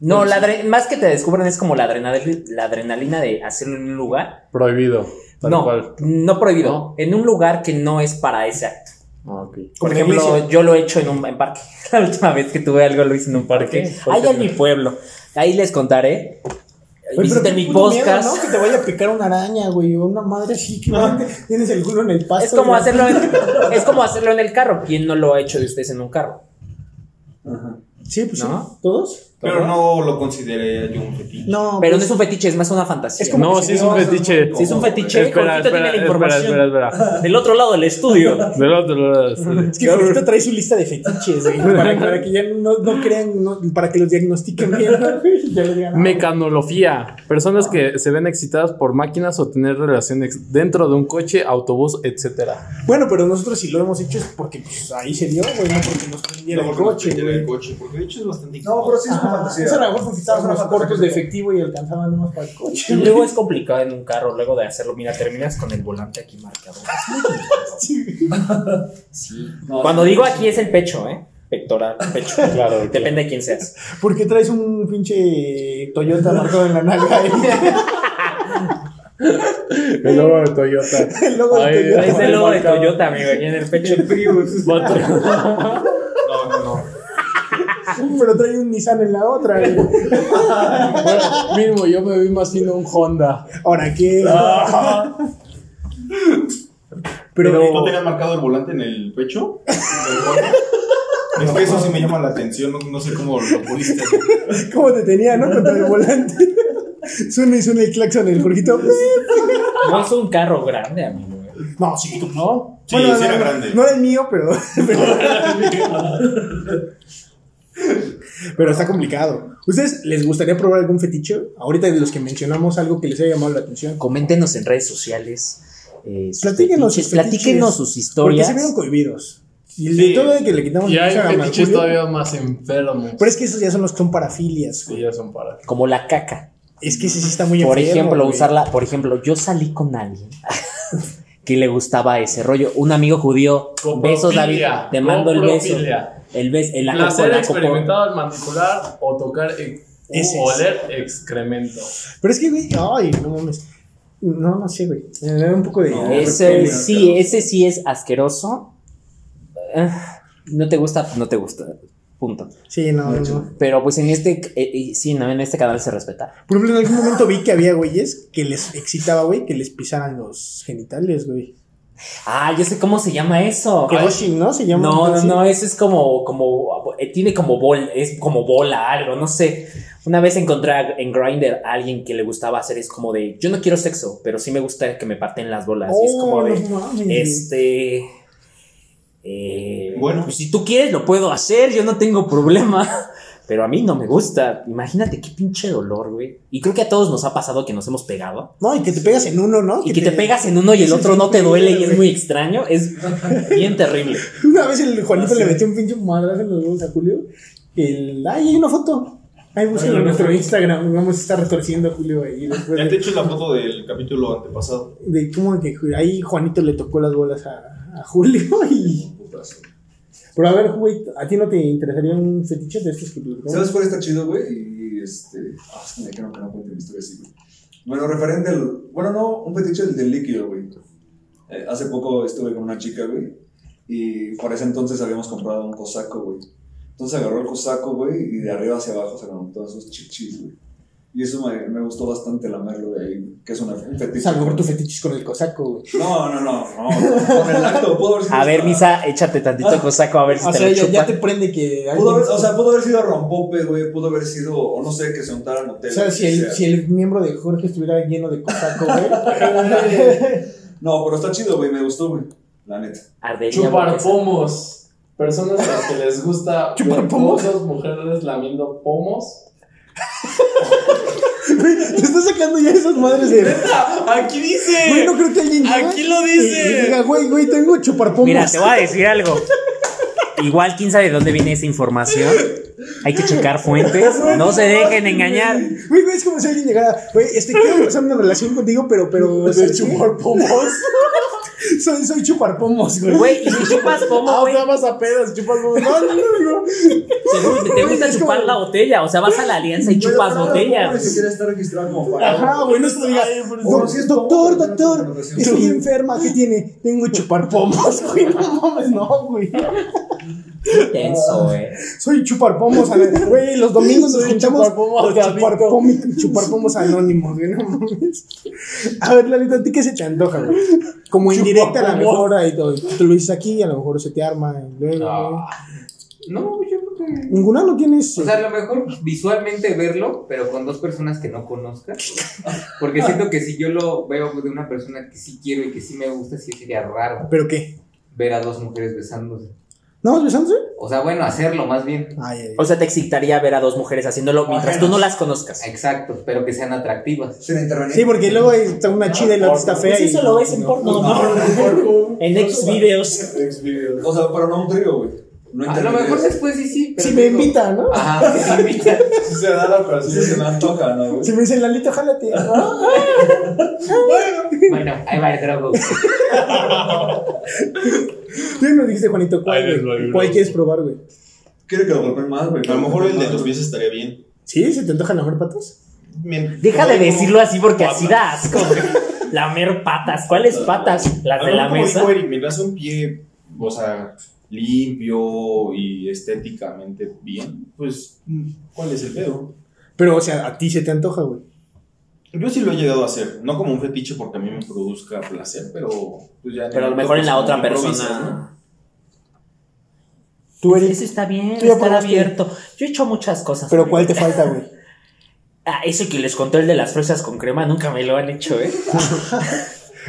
S8: No, la adre- más que te descubran es como la adrenalina, la adrenalina de hacerlo en un lugar.
S7: Prohibido. Tal
S8: no,
S7: cual.
S8: no prohibido. En un lugar que no es para ese acto.
S7: Ah, ok.
S8: Por
S3: Como la
S8: ejemplo,
S3: iglesia.
S8: yo lo he hecho en un en parque. La última vez que tuve algo lo hice en un parque.
S7: qué? ¿Por
S8: Allá
S7: qué
S8: en
S7: no?
S8: mi pueblo. Ahí les contaré.
S3: Oye, pero
S8: Visiten
S3: qué
S8: mi
S3: puto miedo,
S8: podcast.
S3: ¿no? Que te vaya a picar una araña, güey, o una madre así que tienes el culo en el pasto.
S8: Es como
S3: güey.
S8: hacerlo en, es como hacerlo en el carro. ¿Quién no lo ha hecho de ustedes en un carro?
S3: Sí, pues
S8: ¿No?
S3: sí. ¿Todos?
S5: Pero no lo consideré yo un fetiche.
S3: No,
S8: Pero no
S3: pues,
S8: es un fetiche, es más una fantasía.
S3: Es como-
S7: No, sí es un fetiche.
S8: Si es un fetiche,
S7: Espera,
S8: Jorgito tiene
S7: espera,
S8: la
S7: espera,
S8: información
S7: espera, espera.
S8: del otro lado del estudio.
S7: Del otro lado. sí.
S3: es que Jorgito trae su lista de fetiches, güey, para, para que ya no, no crean, no- para que los diagnostiquen bien, ¿no? Ya les digan, ah,
S7: Mecanología. Personas que se ven excitadas por máquinas o tener relaciones dentro de un coche, autobús, etcétera.
S3: Bueno, pero nosotros si lo hemos hecho es porque pues, ahí se dio, güey, no porque nos prendiera
S5: No,
S3: el
S5: porque no
S3: coche,
S5: tiene
S3: güey.
S5: el coche, porque de hecho es bastante
S6: No, pero sí es una fantasía.
S3: Eso a lo mejor porque estaban
S6: Es una
S3: unos
S6: fantasía
S3: cortos
S6: que
S3: de
S6: tengo.
S3: efectivo y alcanzaban nomás para el
S8: Y
S3: coche.
S8: luego es complicado en un carro, luego de hacerlo, mira, terminas con el volante aquí marcado. Es muy complicado.
S6: No,
S8: Cuando digo aquí es el pecho, ¿eh? Pectoral, pecho.
S7: Claro,
S8: Depende de quién seas.
S3: ¿Por qué traes un pinche Toyota marcado en la nalga ahí?
S7: El logo de Toyota.
S3: El logo de
S7: Ay,
S3: Toyota.
S8: Es el logo de
S7: marcado.
S8: Toyota, amigo, aquí en el pecho.
S7: Va a-
S3: Pero trae un Nissan en la otra, güey.
S7: Bueno, mínimo, yo me vi más fino un Honda.
S3: Ahora qué.
S5: Pero, ¿no tenían marcado el volante en el pecho? es que eso sí me llama la atención, no, no sé cómo lo pudiste hacer.
S3: ¿Cómo te tenía, no? Contra el volante. Suena y suena el claxon el Jorgito.
S8: No es un carro grande, amigo. ¿eh?
S3: No, sí, tú no.
S5: Sí, sí era
S3: no,
S5: grande.
S3: No era el mío, pero. Pero, pero está complicado. ¿Ustedes les gustaría probar algún fetiche? Ahorita de los que mencionamos algo que les haya llamado la atención.
S8: Coméntenos en redes sociales. eh, sus
S3: Platíquenos
S8: fetiches,
S3: sus fetiches.
S8: platíquenos sus
S3: Porque
S8: historias.
S3: se vieron cohibidos. Y el
S5: Sí.
S3: de todo de que le quitamos
S7: Y
S3: el
S7: hay
S3: Instagram a
S7: fetiches
S3: Julio,
S7: todavía más enfermos.
S3: Pero es que esos ya son los que son parafilias.
S7: Sí, ya son para.
S8: Como la caca.
S3: Es que ese sí está muy
S8: Por
S3: enfermo,
S8: ejemplo,
S3: güey.
S8: usarla. Por ejemplo, yo salí con alguien que le gustaba ese rollo. Un amigo judío, besos David,
S7: Coprofilia,
S8: te mando el beso.
S7: coprofilia.
S8: El beso, el acopio,
S7: Placer
S8: el acopio.
S7: experimentado al manipular o tocar e-
S4: Ese
S7: u
S4: es.
S7: oler excremento.
S4: Pero es que, güey, ay, no mames. No, no sé, güey. Me da un poco de.
S8: Ese sí, ese sí es asqueroso. Ah, No te gusta, no te gusta. Punto.
S4: Sí, no, no.
S8: Pero pues en este, eh, eh, sí, no, en este canal se respeta.
S4: Por ejemplo, en algún momento vi que había güeyes que les excitaba, güey, que les pisaran los genitales, güey.
S8: Ah, yo sé cómo se llama eso. Ay,
S4: Kiroshi, ¿no? Se llama.
S8: No, no,
S4: así.
S8: no, ese es como, como, eh, tiene como bol, es como bola, algo, no sé. Una vez encontré a- en Grindr a alguien que le gustaba hacer, es como de, yo no quiero sexo, pero sí me gusta que me parten las bolas. y es como
S4: Oh,
S8: de,
S4: no mames.
S8: este... eh,
S5: Bueno.
S8: pues, si tú quieres lo puedo hacer, yo no tengo problema. Pero a mí no me gusta. Imagínate qué pinche dolor, güey. Y creo que a todos nos ha pasado que nos hemos pegado.
S4: No, y que te pegas en uno, ¿no?
S8: Y que te pegas en uno y el otro no te duele y es muy extraño. Es bien terrible.
S4: Una vez el Juanito
S8: Ah,
S4: le
S8: sí.
S4: metió un pinche madrazo en los huevos a Julio. El. Ay, hay una foto. Ahí búsquenlo en nuestro Instagram. Vamos a estar retorciendo a Julio ahí. Después
S5: Ya
S4: de,
S5: te he hecho la foto del capítulo antepasado.
S4: de cómo que Ju- ahí Juanito le tocó las bolas a, a Julio y. Pero a ver, güey, ¿a ti no te interesaría un fetiche de estos que pues, publicamos?
S6: ¿Sabes cuál está chido, güey? Y este. Ah, es que me dijeron que no cuente mi historia así, güey. Bueno, referente al. Bueno, no, un fetiche del, del líquido, güey. Eh, hace poco estuve con una chica, güey. Y para ese entonces habíamos comprado un cosaco, güey. Entonces agarró el cosaco, güey, y de arriba hacia abajo se ganó todas sus chichis, güey. Y eso me, me gustó bastante lamerlo de ahí, güey, que es una, un fetiche.
S4: Pues a lo mejor tu fetiche es con el cosaco, güey.
S6: No, no, no, no. Con el acto, pudo haber sido.
S8: A ver,
S6: hasta-
S8: Misa, échate tantito cosaco a ver si
S4: Ah, O
S8: te
S4: sea,
S8: lo
S4: ya, ya
S8: chupan.
S4: te prende que.
S6: Pudo
S4: alguien-
S6: haber, o sea, pudo haber sido rompope, güey. Pudo haber sido, o no sé, que se untara en hotel.
S4: O sea, si el, si el miembro de Jorge estuviera lleno de cosaco, güey.
S6: No, pero está chido, güey. Me gustó, güey. La neta.
S8: Ardería
S7: Chupar
S8: porque-
S7: pomos. Personas a las que les gusta ver pomos, mujeres lamiendo pomos.
S4: Güey, Te estás sacando ya esas madres de.
S3: Aquí dice.
S4: Güey, no creo que alguien llegue
S3: Aquí lo
S4: y-
S3: dice.
S4: Y diga, güey, güey, tengo chuparpomos.
S8: Mira, te voy a decir algo. Igual, quién sabe de dónde viene esa información. Hay que checar fuentes. No se dejen engañar.
S4: Güey, güey, es como si alguien llegara, güey, este, quiero empezar una relación contigo, pero, pero. ¿De chuparpomos? soy, soy chuparpomos, güey.
S8: Güey, y si chupas pomo,
S4: Ah, o
S8: güey,
S4: sea, vas a pedas, chupas pomos. No, no, no, no.
S8: seguro que te gusta
S4: es
S8: chupar
S4: como-
S8: la botella. O sea, vas a la alianza y
S6: Pero
S8: chupas
S6: no, no,
S8: botella.
S6: no, Ni siquiera está registrado como para.
S4: Ajá, güey, no es que digas,
S6: favor.
S4: "Doc- doctor, doctor, estoy enferma, ¿qué tiene? Tengo chuparpomos, güey, no mames, no, güey.
S8: Tenso, eh.
S4: Soy chuparpomos, a ver, güey, los domingos nos juntamos los chuparpomi- chuparpomos anónimos, güey, no mames. A ver, Lalita, ¿a ti qué se te antoja, güey? Como indirecta a lo mejor, ahí todo, te lo dices aquí y a lo mejor se te arma, y luego, güey.
S12: No, yo creo que.
S4: Ninguna no tienes...
S12: O sea, a lo mejor visualmente verlo, pero con dos personas que no conozca. Porque siento que si yo lo veo de una persona que sí quiero y que sí me gusta, sí sería raro
S4: ¿Pero qué?
S12: ver a dos mujeres besándose.
S4: ¿No vas besándose?
S12: O sea, bueno, hacerlo más bien.
S4: Ay, ay,
S8: O sea, te excitaría ver a dos mujeres haciéndolo mientras tú no las conozcas.
S12: Exacto, pero que sean atractivas.
S6: Sin intervenir.
S4: Sí, porque luego está una chida y la otra está fea.
S8: Pues
S4: y-
S8: eso lo ves en
S4: no.
S8: porno, ¿no? En X videos.
S6: O sea, pero no un trío, güey. No
S12: A lo
S6: intervenir.
S12: mejor después sí, sí. pero
S4: Si me
S12: digo-
S4: invita, ¿no?
S12: Ajá, si me invita.
S6: Sí se da la persona, se me antoja, ¿no, güey?
S4: Si me dicen, Lalita, jálate. Ah,
S12: Bueno, ahí va el drogo.
S4: Tú ya nos dijiste, Juanito,
S7: Ahí les
S4: ¿cuál,
S7: va
S4: güey?
S7: el
S4: ¿Cuál
S7: globo.
S4: quieres probar, güey?
S6: Quiere que lo golpeen más, güey.
S5: A lo mejor el de los pies estaría bien.
S4: ¿Sí? ¿Se te antojan mejor patas?
S5: Bien.
S8: Deja de
S5: Como-
S8: decirlo así porque
S5: Guapa.
S8: así da asco, güey. Lamer patas. ¿Cuáles patas? Las
S5: A
S8: de
S5: lo
S8: la
S5: mejor,
S8: mesa.
S5: como dijo Eric, mientras un pie, o sea, limpio y estéticamente bien, pues, ¿cuál es el pedo?
S4: Pero, o sea, a ti se te antoja, güey.
S5: Yo sí lo he llegado a hacer, no como un fetiche porque a mí me produzca placer, pero pues ya
S8: Pero a lo mejor en la otra persona.
S4: Tú
S8: Eso
S4: eres.
S8: está bien,
S4: Tú ya
S8: está
S4: probaste.
S8: abierto. Yo he hecho muchas cosas.
S4: Pero, ¿cuál te falta, güey?
S8: Ah, ese que les conté, el de las fresas con crema, nunca me lo han hecho, ¿eh?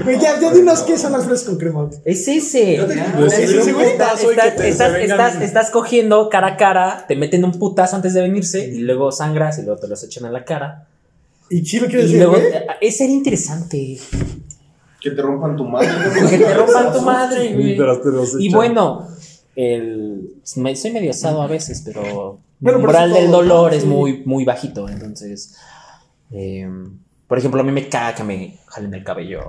S4: Güey, ya, ya dinos qué son las fresas con crema. güey.
S8: Es ese.
S7: Les
S8: Es
S7: meten un
S8: un
S7: putazo y
S8: puta-
S7: que te- se
S8: estás-
S7: vengan.
S8: estás- Estás cogiendo cara a cara, te meten un putazo antes de venirse y luego sangras y luego te los echan a la cara.
S4: ¿Y si lo
S8: Y
S4: quieres decir, ¿eh?
S7: ¿eh?
S8: luego.
S4: güey?
S8: ah, Ese era interesante.
S5: Que te rompan tu madre.
S8: Que te rompan tu madre, güey.
S7: Mientras te los
S8: Y
S7: echan.
S8: bueno, el, me- soy medio asado a veces, pero
S4: Bueno, pero
S8: el umbral
S4: eso
S8: del
S4: todo,
S8: dolor es
S4: sí.
S8: muy, muy bajito. Entonces, eh, por ejemplo, a mí me caga que me jalen el cabello.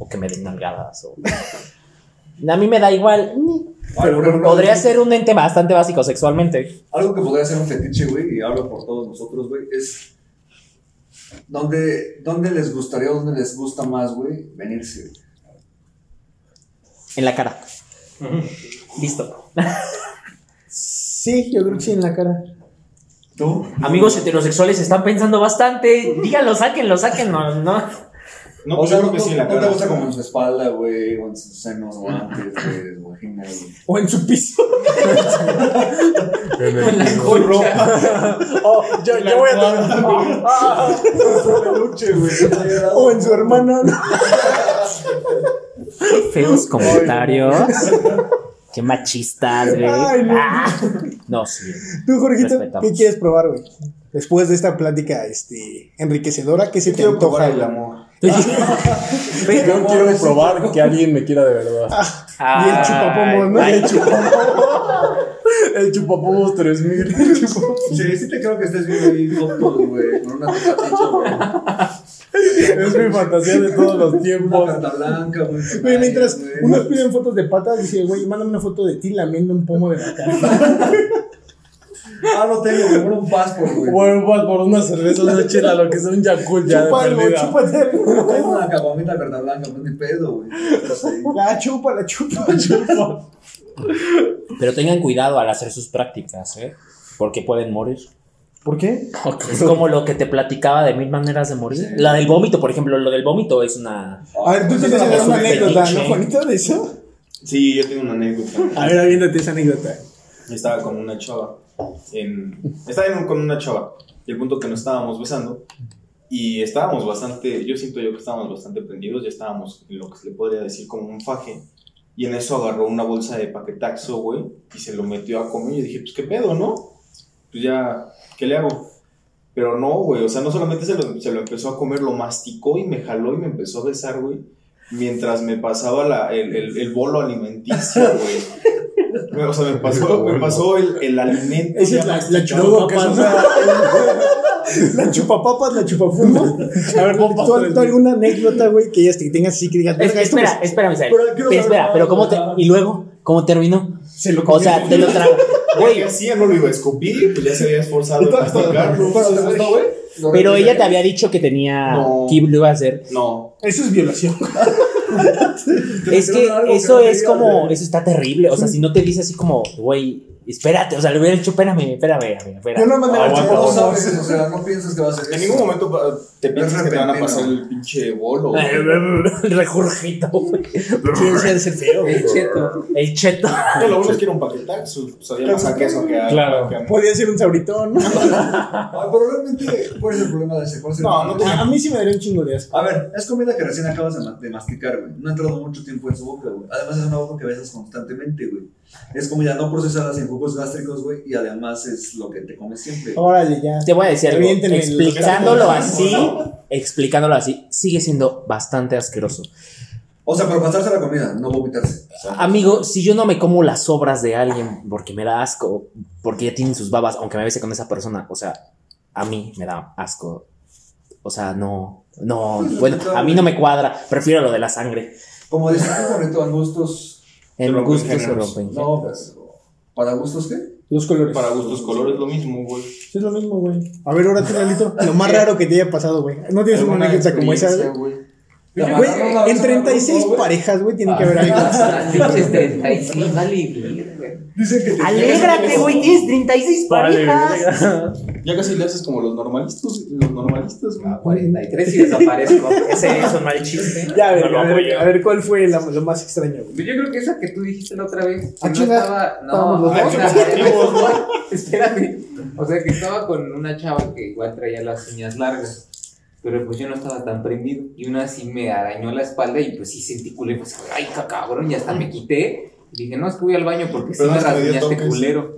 S8: o que me den nalgadas. o- A mí me da igual.
S6: Ay, por ejemplo,
S8: Podría ser un ente bastante básico sexualmente.
S6: Algo que podría ser un fetiche, güey, y hablo por todos nosotros, güey, es. ¿Dónde, ¿Dónde les gustaría, dónde les gusta más, güey, venirse? güey?
S8: En la cara. Listo.
S4: Sí, yo creo que sí, en la cara.
S8: Amigos heterosexuales están pensando bastante. Díganlo, sáquenlo, sáquenlo, ¿no?
S5: No,
S6: o
S5: pues
S6: sea,
S5: yo
S6: no,
S5: creo que sí, en la
S6: no te
S5: cara.
S6: gusta como en su espalda, güey, o en sus senos, o antes, güey, o vagina, güey.
S4: O en su piso.
S7: En el-
S4: O yo, yo voy a tomar. O en su hermana.
S8: Feos comentarios. Qué machistas, güey.
S4: Ay, no.
S8: Ah, no, sí.
S4: Tú, Jorgito,
S8: Respetamos.
S4: ¿qué quieres probar, güey? Después de esta plática este, enriquecedora, ¿qué se te
S5: Quiero probar
S4: antoja?
S5: el
S4: güey?
S5: amor.
S7: Yo quiero probar que alguien me quiera de verdad.
S4: Y el chupapomos, ¿no?
S8: Ay,
S4: El chupapomos.
S7: El chupapomos 3000. el chupapomos-
S6: Sí, sí te creo que estés bien ahí, fotos, güey, con una tocaticha, güey.
S7: Es mi fantasía de todos los
S6: Una
S7: tiempos.
S6: carta blanca, güey.
S4: Güey, mientras
S6: Ay, güey.
S4: unos piden fotos de patas, dice, güey, mándame una foto de ti lamiendo un pomo de vaca.
S6: Ah, lo tengo, güey, por un passport, güey.
S7: Bueno, vas por una cerveza, una chela, lo que sea un Yakult ya de
S4: Chupa algo,
S7: perdida.
S4: chúpate.
S6: Tengo una caguamita carta blanca, no te pedo, güey. Estás ahí.
S4: La chupa, la chupa, chupa.
S8: Pero tengan cuidado al hacer sus prácticas, ¿eh? Porque pueden morir.
S4: ¿Por qué?
S8: Es como lo que te platicaba de mil maneras de morir. La del vómito, por ejemplo, lo del vómito es una.
S4: A ver, tú tienes
S8: Es un
S4: una anécdota,
S8: fetiche.
S4: ¿no, Juanito, de eso?
S5: Sí, yo tengo una anécdota.
S4: A ver, aviéntate esa anécdota.
S5: Yo estaba con una chava. En, estaba en un- con una chava. Y el punto que nos estábamos besando. Y estábamos bastante. Yo siento yo que estábamos bastante prendidos. Ya estábamos en lo que se le podría decir como un faje. Y en eso agarró una bolsa de paquetaxo, güey. Y se lo metió a comer. Y dije, pues qué pedo, ¿no? Pues ya, ¿qué le hago? Pero no, güey. O sea, no solamente se lo, se lo empezó a comer, lo masticó y me jaló y me empezó a besar, güey. Mientras me pasaba la- el, el- el bolo alimenticio, güey. O sea, me pasó, me pasó el, el alimento.
S4: Esa es la, la chupapapas. la chupapapas, la chupafuma. A ver, ¿tú, tú, alguna anécdota, güey, que ellas te tengas así que digas,
S8: Es-
S4: "Verga, esto me-
S8: espera, espérame, Isabel.
S6: Pero quiero saber
S8: espera,
S6: más,
S8: pero ¿cómo te.
S6: ajá.
S8: Y luego, ¿cómo terminó?
S4: se lo
S8: O sea, te lo trago.
S5: Güey, hacía, no lo iba a escupir, pues ya se había esforzado en masticarlo.
S6: Pero, ¿te gustó, güey? ¿Lo
S8: Pero ella te
S6: recomendarías?
S8: había dicho que tenía.
S5: No.
S8: que lo iba a hacer.
S5: No,
S4: Eso es violación.
S8: Es que
S6: metieron algo que
S8: eso
S6: no
S8: es
S6: querías,
S8: como.
S6: güey.
S8: Eso está terrible. O sea, si no te dice así como, güey, espérate. O sea, le hubiera dicho, espérame, espérame, espérame. espérame.
S4: Yo no mandé la
S6: No,
S4: chupa.
S6: no sabes, o sea, no piensas que va a ser
S5: en
S6: eso.
S5: ningún momento pa- te piensas que te van a pasar
S6: repentino.
S5: el pinche bolo.
S8: Eh,
S5: güey.
S8: El Rejurgito, güey. El cheto. El cheto.
S5: Pero lo bueno es que era un paquetaxo, sabía más a queso que a.
S7: Claro.
S5: que a-
S4: Podía ser un sauritón, ¿no?
S6: Ah, pero realmente, ¿cuál es el problema de ese? ¿Cuál es el
S5: No,
S6: problema?
S5: no te-
S4: A, a mí sí me daría un chingo de asco.
S6: A ver, es comida que recién acabas de, ma- de masticar, güey. No ha entrado mucho tiempo en su boca, güey. Además, es una boca que besas constantemente, güey. Es comida no procesada sin jugos gástricos, güey. Y además es lo que te comes siempre.
S4: Órale, ya.
S8: Te voy a decir algo.
S4: Evidentemente,
S8: Explicándolo
S4: lo que
S8: así, explicándolo así, sigue siendo bastante asqueroso.
S6: O sea, pero pasarse la comida, no vomitarse. O sea,
S8: Amigo, si yo no me como las obras de alguien porque me da asco, porque ya tienen sus babas, aunque me bese con esa persona, o sea, a mí me da asco. O sea, no, no, bueno, a mí no me cuadra, prefiero lo de la sangre.
S6: como dices tú, bonito, a gustos.
S8: En
S5: rompen
S8: gusto se
S5: géneros.
S8: rompen
S6: No,
S8: géneros.
S6: pero- ¿para gustos qué?
S4: Los colores.
S5: Para gustos, colores, lo mismo, güey.
S4: Es lo mismo, güey. A ver, ahora tú, Lalito. Lo más raro que te haya pasado, güey. No tienes una anécdota como esa,
S5: experiencia,
S4: güey.
S5: güey.
S4: Güey, en 36
S6: güey.
S4: parejas, güey, tiene que
S8: Ah.
S4: haber algo.
S12: Ah, Pinches 35, vale, verga.
S6: Dicen que te
S8: Alégrate, güey, tienes 36 parejas.
S5: Ya casi le haces como los normalistas, los normalistas, güey.
S8: Ah,
S6: Ah,
S12: 43 y desaparezco.
S8: Ese es un mal chiste.
S4: Ya, a ver,
S8: No lo
S4: a, ver
S8: apoyo.
S4: a ver, ¿cuál fue la- lo más extraño, güey?
S12: Pues Yo creo que esa que tú dijiste la otra vez, que
S4: Ah,
S12: no
S4: chinga.
S12: estaba,
S4: Estábamos
S12: no,
S4: los
S12: no,
S4: dos.
S12: espérate, o sea que estaba con una chava que igual traía las uñas largas, pero pues yo no estaba tan prendido, y una así me arañó la espalda y pues sí sentí culero, pues ay ca- cabrón, y hasta me quité, y dije no, es que voy al baño porque sí
S5: Perdón,
S12: me
S5: es que me dio
S12: rasguñaste
S5: toques.
S12: culero,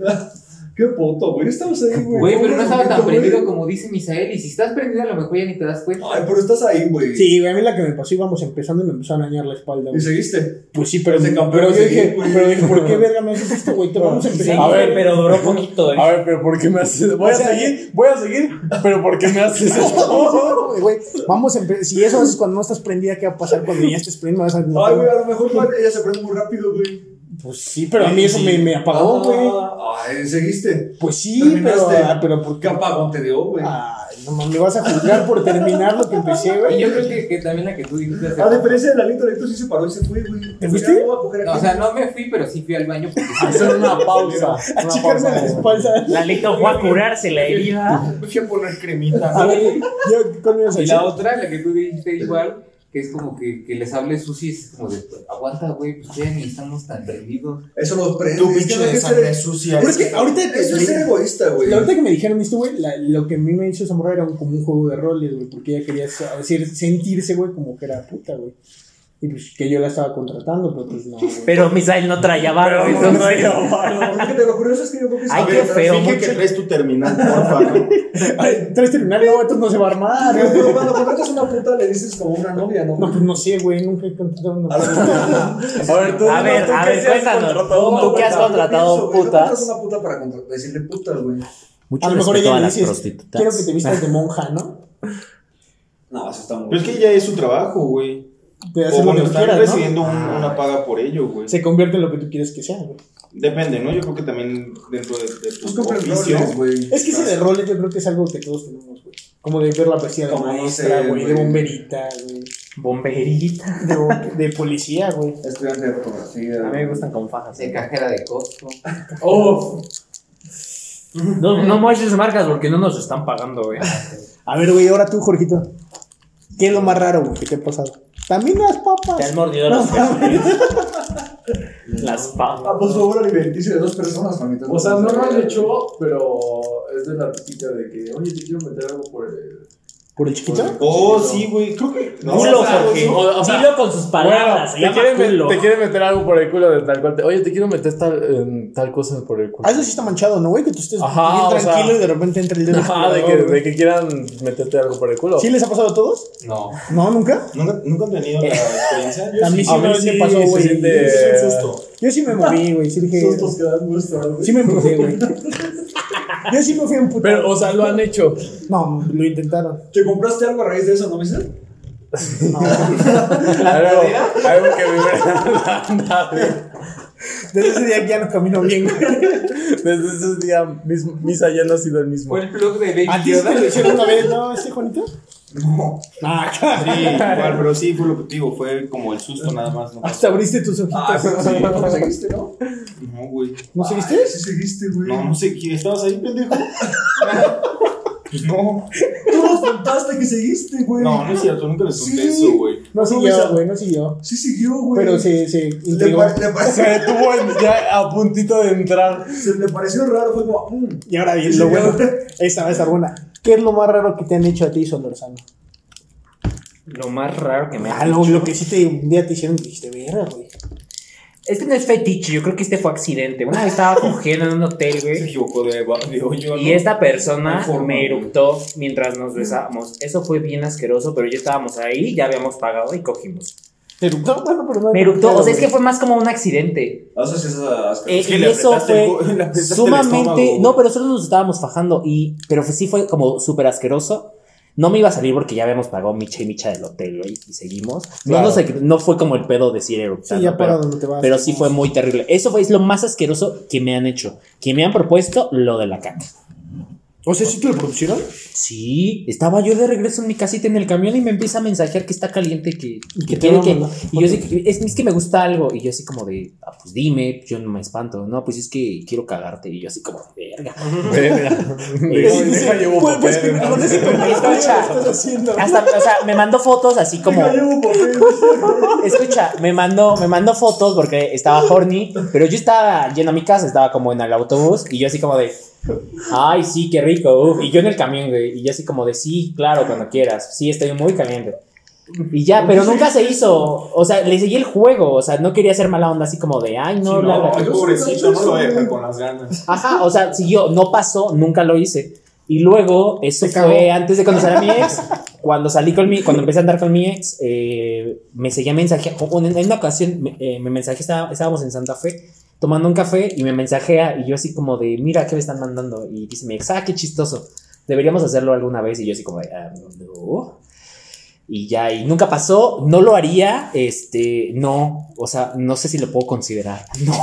S6: Qué puto, güey. Estamos ahí, güey.
S12: Güey, pero no estaba tan
S6: Momento, güey.
S12: prendido como dice Misael. Y si estás prendido, a lo mejor ya ni te das cuenta.
S6: Ay, pero estás ahí, güey.
S4: Sí, güey, a mí la que me pasó íbamos empezando y me empezó a dañar la espalda,
S6: Y
S4: güey.
S6: seguiste.
S4: Pues sí, pero,
S6: Ese campeón
S4: pero yo
S6: seguí,
S4: dije,
S6: güey.
S4: pero dije, ¿por qué verga me haces esto, güey? Te vamos a empezar.
S7: A ver.
S8: pero duró poquito. eh.
S7: A ver, pero ¿por qué me haces? Voy a seguir, voy a seguir, pero ¿por qué me haces esto?
S4: Güey, güey, Vamos a empezar. Si eso haces cuando no estás prendida, ¿qué va a pasar cuando ya estés prendida? Vas a-
S6: Ay, güey, a lo mejor güey, ella se prende muy rápido, güey.
S4: Pues sí, pero a mí eso me, me apagó, güey.
S6: Ah, Ay, seguiste.
S4: Pues sí, pero,
S6: Terminaste.
S4: ah, pero ¿por qué?
S6: ¿Qué
S4: Ah,
S6: apagón te dio, güey?
S4: Ay, no mames, me vas a juzgar por terminar lo que empecé,
S12: Y
S4: güey.
S12: yo creo que, que también la que tú dijiste hace
S6: A
S12: rato.
S6: diferencia del aliento, el aliento sí se paró y se fue, güey.
S4: ¿Te fuiste?
S6: No, voy a coger
S12: No, o
S6: aquí.
S12: sea, no me fui, pero sí fui al baño porque sí
S7: Hacer una pausa.
S4: A
S7: Una
S4: chicarme
S7: pausa.
S4: la espalda.
S8: Lalito fue a curarse la herida.
S14: Voy a poner cremita.
S4: A ver, yo, ¿qué coño ibas a
S12: Y
S4: decir?
S12: la otra, la que tú dijiste igual, que es como que, que les hable sushi, es como de, aguanta, güey, pues ya ni estamos tan perdidos.
S6: Eso los prende.
S14: Tu
S6: es que
S14: pinche
S6: no hay
S14: de
S6: que
S14: sangre
S6: ser-
S14: sucia.
S4: Pero es que ahorita que.
S6: Eso es ser egoísta, güey.
S4: La verdad que me dijeron esto, güey, la- lo que a mí me hizo esa morra era un- como un juego de roles, güey, porque ella quería sa- decir, sentirse, güey, como que era puta, güey. Y pues que yo la estaba contratando, pero pues no, güey.
S8: Pero Misael no traía barro. entonces-
S6: Porque te lo curioso es que yo creo que es
S8: Ay,
S6: A
S8: qué
S6: ver,
S8: feo.
S14: Finge que traes tu terminal, porfa. ¿no?
S4: Ay, ¿Tres terminal? No, entonces no se va a armar.
S6: Pero
S4: güey.
S6: pero cuando contratas una puta le dices como una novia, ¿no?
S4: No, pues no sé, güey, nunca he contratado una puta.
S7: A ver, tú.
S8: A ver,
S7: ¿tú
S8: a
S7: qué
S8: ver,
S7: sí has
S8: cuéntanos.
S7: contratado una
S8: ¿Tú qué has
S7: puta?
S8: contratado
S6: puta? contratas
S8: putas?
S6: una puta para contra- decirle putas, güey.
S8: Mucho
S4: A lo mejor
S8: respeto
S4: ella
S8: a
S4: le
S8: las
S4: dices, quiero que
S8: prostitutas.
S4: te vistas de monja, ¿no?
S6: No, eso está muy...
S5: Pero es que ya es su trabajo, güey.
S4: Te
S5: O
S4: haces lo
S5: bueno,
S4: que tú
S5: están
S4: quieras, ¿no?
S5: recibiendo un- una paga por ello, güey.
S4: Se convierte en lo que tú quieres que sea, güey.
S5: Depende, ¿no? Yo creo que también dentro de, de tu
S6: Pues compras
S5: oficio.
S6: roles, güey.
S4: Es que ese de roles yo creo que es algo que todos tenemos, güey. Como de ver la vestida de
S6: Como, no
S4: maestra,
S6: sé,
S4: güey, de
S6: güey.
S4: bomberita, güey.
S8: Bomberita.
S4: De, de policía, güey.
S6: Estudiante de fotografía.
S8: A mí me gustan con fajas. ¿eh?
S12: De cajera de Costco.
S7: Oh,
S8: No, no muestres marcas porque no nos están pagando, güey.
S4: A ver, güey, ahora tú, Jorgito. ¿Qué es lo más raro, güey, que te ha pasado? También las
S8: Te
S4: papas.
S8: han mordido
S4: No
S8: los
S4: mames.
S8: Las papas.
S6: Ah, por favor, alimenticio de dos personas, mamita.
S7: o sea, no lo han hecho, pero es de la típica de que, oye, te quiero meter algo por el.
S4: ¿Por el chiquito?
S5: Oh, sí, güey. Creo que. No,
S8: Culo,
S5: o sea,
S8: Jorge.
S5: eso-
S7: o sea,
S8: Dilo con sus palabras. se
S7: te,
S8: llama
S7: quieren me-
S8: culo.
S7: te quieren meter algo por el culo de tal cual. te- Oye, te quiero meter tal, en tal cosa por el culo.
S4: Ah, eso sí está manchado, ¿no, güey? Que tú estés
S7: Ajá, o
S4: bien
S7: sea-
S4: tranquilo y de repente entra el dedo.
S7: Ajá, Ah, de que, de que quieran meterte algo por el culo.
S4: ¿Sí les ha pasado a todos?
S12: No.
S4: No, nunca.
S5: ¿Nunca, nunca han tenido la experiencia.
S4: A mí sí
S7: a mí
S4: me
S7: sí
S4: me pasó,
S7: se
S4: güey.
S7: siente-
S4: Sí, sí, sí, sí. Yo sí me moví, güey. Sí dije.
S6: Sustos que dan gusto, güey.
S4: Sí me empujé, güey. Yo sí me fui a un puto.
S7: Pero, o sea, lo han hecho.
S4: No, lo intentaron.
S6: ¿Te compraste algo a raíz de eso, no, Misa?
S4: No.
S7: Algo, algo que vibra nadie.
S4: Desde ese día que ya no camino bien, güey.
S7: Desde ese día, mis- Misa ya no ha sido el mismo.
S12: Fue el plug de Baby
S4: Antes
S12: Yoda.
S4: te lo hicieron una vez, ¿no? ¿Este Juanito? No.
S5: Sí, igual, pero sí fue lo que te digo. Fue como el susto nada más. No,
S4: Hasta abriste tus ojitos.
S6: Ah, pero sí, no seguiste, ¿no?
S5: no güey.
S4: ¿No seguiste?
S6: Sí seguiste, güey.
S5: No, no sé. ¿qué? ¿Estabas ahí, pendejo? Pues no.
S6: Tú nos contaste que seguiste, güey.
S5: No, no es cierto. Nunca les conté
S6: Sí.
S5: eso, güey.
S4: No
S6: Misa.
S4: siguió, güey, no siguió.
S6: Sí siguió, güey.
S4: Pero se, se
S6: Le,
S4: intrigó.
S6: pa- le
S7: Se
S6: pareció,
S7: detuvo en- ya a puntito de entrar.
S6: se le pareció raro, fue como... mm.
S4: Y ahora bien,
S6: Sí,
S4: lo
S6: sí,
S4: bueno.
S6: ahora.
S4: Esta va a estar buena. ¿Qué es lo más raro que te han hecho a ti, Solorzano?
S8: Lo más raro que me han
S4: Algo,
S8: dicho.
S4: lo que sí te, un día te hicieron, dijiste, verga, güey.
S8: Este no es fetiche, yo creo que este fue accidente. Una vez estaba cogiendo en un hotel,
S5: Se
S8: güey.
S5: equivocó de, de hoyo.
S8: Y esta persona
S5: Conforme,
S8: me
S5: güey.
S8: eructó mientras nos besamos. Eso fue bien asqueroso, pero ya estábamos ahí, ya habíamos pagado y cogimos.
S4: ¿Te eructó? Bueno, pero no.
S8: Me eructó, o sea, es que fue más como un accidente.
S6: Asocias a...
S8: Eh,
S5: Es que
S8: y
S5: le
S8: eso
S5: apretaste
S8: fue
S5: el co- le apretaste el
S8: sumamente.
S5: estómago,
S8: no,
S5: güey.
S8: pero solo nos estábamos fajando. Y, pero sí fue como súper asqueroso. No me iba a salir porque ya habíamos pagado micha y micha del hotel, güey, y seguimos.
S7: Claro.
S8: No, no, sé, no fue como el pedo decir
S4: Sí,
S8: eruptando,
S4: ya para
S8: pero,
S4: donde te vas.
S8: pero Ah, sí fue muy terrible. Eso fue es lo más asqueroso que me han hecho. Que me han propuesto lo de la caca.
S4: O sea, ¿sí te lo propusieron?
S8: Sí, estaba yo de regreso en mi casita en el camión y me empieza a mensajear que está caliente, que,
S4: Y que
S8: que
S4: te
S8: tiene
S4: va a
S8: que...
S4: mandar
S8: Y yo así, que- es, es que me gusta algo. Y yo así como de, ah, pues dime, yo no me espanto. No, pues es que quiero cagarte. Y yo así como, verga.
S7: Deja- deja llevo
S4: Pues, pues,
S7: papel.
S4: no sé si te
S8: Escucha.
S4: estás haciendo.
S8: Hasta, o sea, me mandó fotos así como... Escucha, me mandó, me mandó fotos porque estaba horny, pero yo estaba lleno a mi casa, estaba como en el autobús y yo así como de, ay, sí, qué rico, uf", y yo en el camión, güey, y yo así como de, sí, claro, cuando quieras, sí, estoy muy caliente. Y ya, pero nunca se hizo. O sea, le seguí el juego. O sea, no quería hacer mala onda así como de, ay, no, bla, bla, bla".
S5: Ay, pobrecito, no lo voy a dejar con las ganas.
S8: Ajá, o sea, siguió, no pasó, nunca lo hice. Y luego, eso
S4: Se cagó.
S8: fue antes de conocer a mi ex. Cuando salí con mi, cuando empecé a andar con mi ex, eh, me seguía mensaje. En en una ocasión me, eh, me mensajea, estaba- estábamos en Santa Fe tomando un café y me mensajea y yo así como de, mira, ¿qué me están mandando? Y dice mi ex, ah, qué chistoso. Deberíamos hacerlo alguna vez. Y yo así como de, "Ah, no". Y ya, y nunca pasó, no lo haría, este, no, o sea, no sé si lo puedo considerar, no,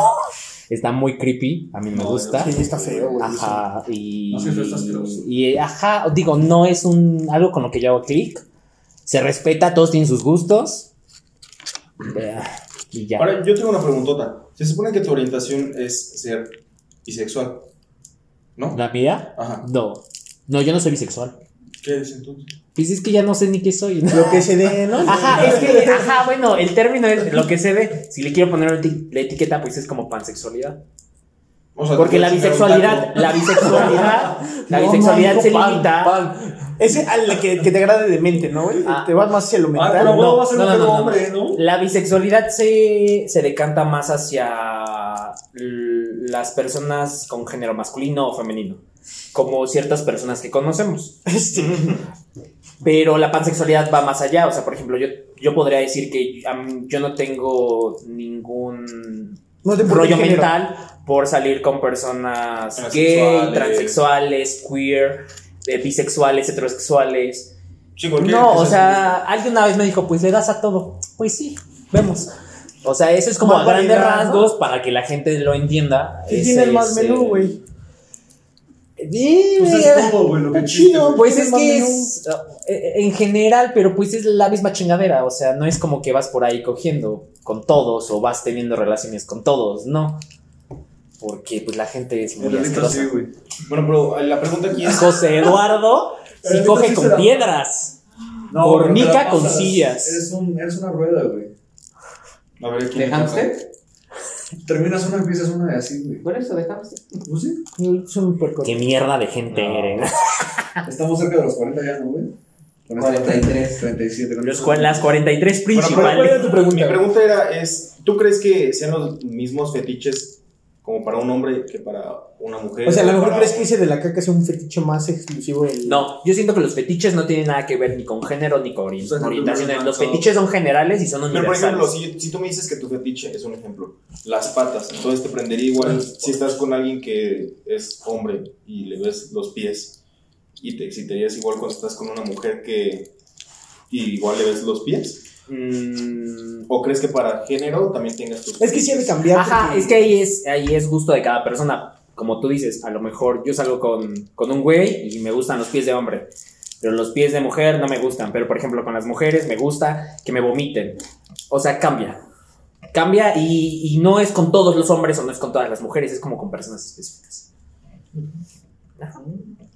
S8: está muy creepy, a mí no me gusta.
S4: Sí, está feo, güey.
S8: Ajá, y.
S6: No, sí, pero está asqueroso.
S8: y, ajá, digo, no es un algo con lo que yo hago clic. Se respeta, todos tienen sus gustos. Eh, Y ya.
S5: Ahora, yo tengo una preguntota. Se supone que tu orientación es ser bisexual, ¿no?
S8: ¿La mía?
S5: Ajá.
S8: No. No, yo no soy bisexual.
S5: ¿Qué es entonces?
S8: Pues es que ya no sé ni qué soy. ¿no?
S4: Lo que se dé, ¿no?
S8: Ajá, es que, ajá, bueno, el término es lo que se ve. Si le quiero poner eti- la etiqueta, pues es como pansexualidad.
S5: O sea,
S8: Porque
S5: tú
S8: la
S5: eres
S8: bisexualidad,
S5: neutálico.
S8: la bisexualidad, la
S4: No,
S8: bisexualidad
S4: man,
S8: se
S4: dijo pan,
S8: limita.
S4: pan. Ese al que, que te agrade de mente, ¿no, güey?
S8: Ah.
S4: Te vas más hacia lo
S6: Ah,
S4: mental.
S6: pero bueno, va a ser
S8: no,
S6: un
S8: no,
S6: juego
S8: no, no.
S6: hombre, ¿no?
S8: La bisexualidad se, se decanta más hacia l- las personas con género masculino o femenino, como ciertas personas que conocemos. Pero la pansexualidad va más allá, o sea, por ejemplo, yo, yo podría decir que a mí- yo no tengo ningún
S4: No te importa el
S8: rollo
S4: género.
S8: mental por salir con personas gay,
S5: Transexuales.
S8: transexuales, queer, eh, bisexuales, heterosexuales.
S5: Sí, cualquier
S8: No,
S5: cosa
S8: o
S5: así.
S8: sea, alguien una vez me dijo, pues le das a todo. Pues sí, vemos. O sea, eso es como a
S4: Más
S8: grandes
S4: variedad, ¿no?
S8: rasgos para que la gente lo entienda.
S4: ¿Qué
S8: Ese
S4: tiene el más
S8: es,
S4: menú,
S8: eh,
S4: güey?
S8: Dime.
S6: Pues es todo, güey, lo que
S4: Está
S6: existe,
S4: chido,
S6: güey.
S8: Pues
S4: tiene
S8: es
S4: más
S8: que
S4: menú.
S8: es eh, en general, pero pues es la misma chingadera. O sea, no es como que vas por ahí cogiendo con todos o vas teniendo relaciones con todos, no. Porque pues la gente es muy
S6: El delito
S8: asquerosa.
S6: sí, güey.
S5: Bueno, pero eh, la pregunta aquí es.
S8: José Eduardo sí
S6: Pero
S8: coge
S6: entonces
S8: con
S6: será-
S8: piedras.
S6: No,
S8: Fornica
S6: pero te la
S8: con
S6: pasas.
S8: sillas.
S6: Eres, un, eres una rueda, güey.
S5: A ver, aquí.
S12: ¿De hamster?
S6: Terminas una, empiezas una y así, güey.
S12: Por eso, de hamster.
S6: Pues sí,
S4: Súper corto.
S8: Qué mierda de gente
S12: No.
S8: eres. Ah.
S6: estamos cerca de los 40 ya, ¿no, güey? Con esta-
S12: 43.
S6: 37. con
S8: Los
S6: esta-
S8: cua- las 43
S5: Bueno, pero ¿cuál era
S8: principales.
S5: tu pregunta? Mi pregunta era: es, ¿tú crees que sean los mismos fetiches como para un hombre que para una mujer?
S4: O sea, a lo mejor
S5: para
S4: crees que
S5: un-
S4: ese de la caca sea un fetiche más exclusivo. del-
S8: No, yo siento que los fetiches no tienen nada que ver ni con género ni con ori-
S6: O sea,
S8: orientaciones.
S6: no,
S8: Los
S6: no.
S8: fetiches son generales y son
S5: Pero por ejemplo,
S8: universales.
S5: si, si tú me dices que tu fetiche es un ejemplo, las patas, entonces te prendería igual
S4: Ah.
S5: si estás con alguien que es hombre y le ves los pies y te excitarías igual cuando estás con una mujer que y igual le ves los pies.
S8: Mm,
S5: ¿O crees que para género también tengas tus
S4: Es que sí ha de
S5: fetiches?
S4: cambiar.
S8: ajá,
S4: porque-
S8: es que ahí es, ahí es gusto de cada persona. Como tú dices, a lo mejor yo salgo con, con un güey y me gustan los pies de hombre. Pero los pies de mujer no me gustan. Pero por ejemplo, con las mujeres me gusta que me vomiten. O sea, cambia. Cambia y, y no es con todos los hombres o no es con todas las mujeres, es como con personas específicas.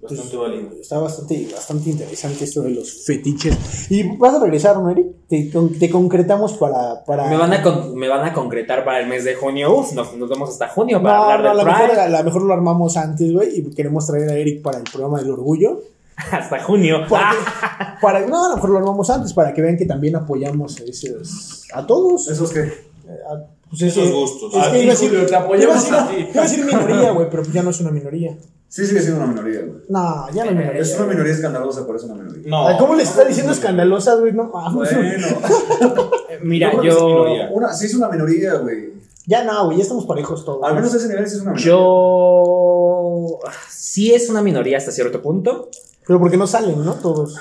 S5: Bastante válido.
S4: Está bastante, bastante interesante esto de los fetiches. Y vas a regresar, ¿no, Eric? Te, con- te concretamos para, para.
S8: Me van, a con- me van a concretar para el mes de junio. Uf, nos, nos vemos hasta junio
S4: No,
S8: para
S4: no, a
S8: hablar
S4: lo
S8: del
S4: mejor,
S8: Pride.
S4: a lo mejor lo armamos antes, güey. Y queremos traer a Eric para el programa del orgullo.
S8: Hasta junio.
S4: Porque-
S8: Ah,
S4: Para, no, a lo mejor lo armamos antes para que vean que también apoyamos a, esos- a todos.
S6: ¿Esos qué?
S4: A- pues
S5: Esos
S4: ese-
S5: gustos.
S4: Es
S5: Ah,
S4: que iba a decir,
S6: Julio, te
S4: iba a
S6: apoyamos
S4: decir,
S6: a ti.
S4: iba a decir minoría, güey, pero pues ya no es una minoría.
S6: Sí, sigue siendo una minoría, güey.
S4: No, ya no es
S8: Eh,
S4: minoría.
S6: Es una minoría escandalosa, pero es una minoría.
S5: No.
S4: Ay, ¿Cómo les está diciendo escandalosas, güey? No, mames.
S6: Bueno,
S8: mira,
S5: Yo creo que es
S8: yo.
S5: minoría.
S6: una, sí es una minoría, güey.
S4: Ya no, güey, ya estamos parejos todos.
S6: Al menos a ese nivel sí es una minoría.
S8: Yo. Sí es una minoría hasta cierto punto.
S4: Pero porque no salen, ¿no? Todos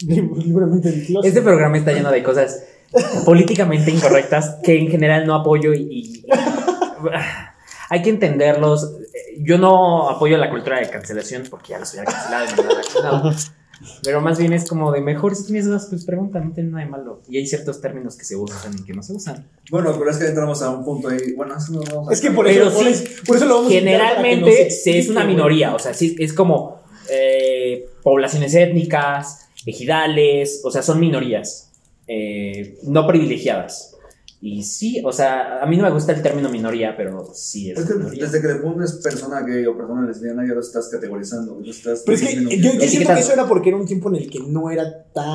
S4: lib- libremente del closet.
S8: Este programa está lleno de cosas políticamente incorrectas que en general no apoyo y. y- hay que entenderlos. Yo no apoyo la cultura de cancelación porque ya los hubiera cancelado y me hubieran cancelado. Pero más bien es como de mejor si tienes dudas, pues pregunta, no tiene nada de malo. Y hay ciertos términos que se usan y que no se usan.
S6: Bueno, pero es que entramos a un punto ahí. Bueno, eso no vamos a
S4: Es que por
S8: Pero
S4: eso, por,
S8: sí,
S4: es- por eso lo vamos a invitar para que nos
S8: Generalmente se-
S4: explique,
S8: es una
S4: güey.
S8: minoría, o sea, sí, es como eh, poblaciones étnicas, ejidales, o sea, son minorías eh, no privilegiadas. Y sí, o sea, a mí no me gusta el término minoría, pero sí es.
S6: Es que
S8: minoría.
S6: desde que le pones persona gay o persona lesbiana ya lo estás categorizando, güey, lo estás...
S3: Pero es que
S6: disminuyendo.
S3: yo, yo siento
S8: Etiquetando.
S3: que eso era porque era un tiempo en el que no era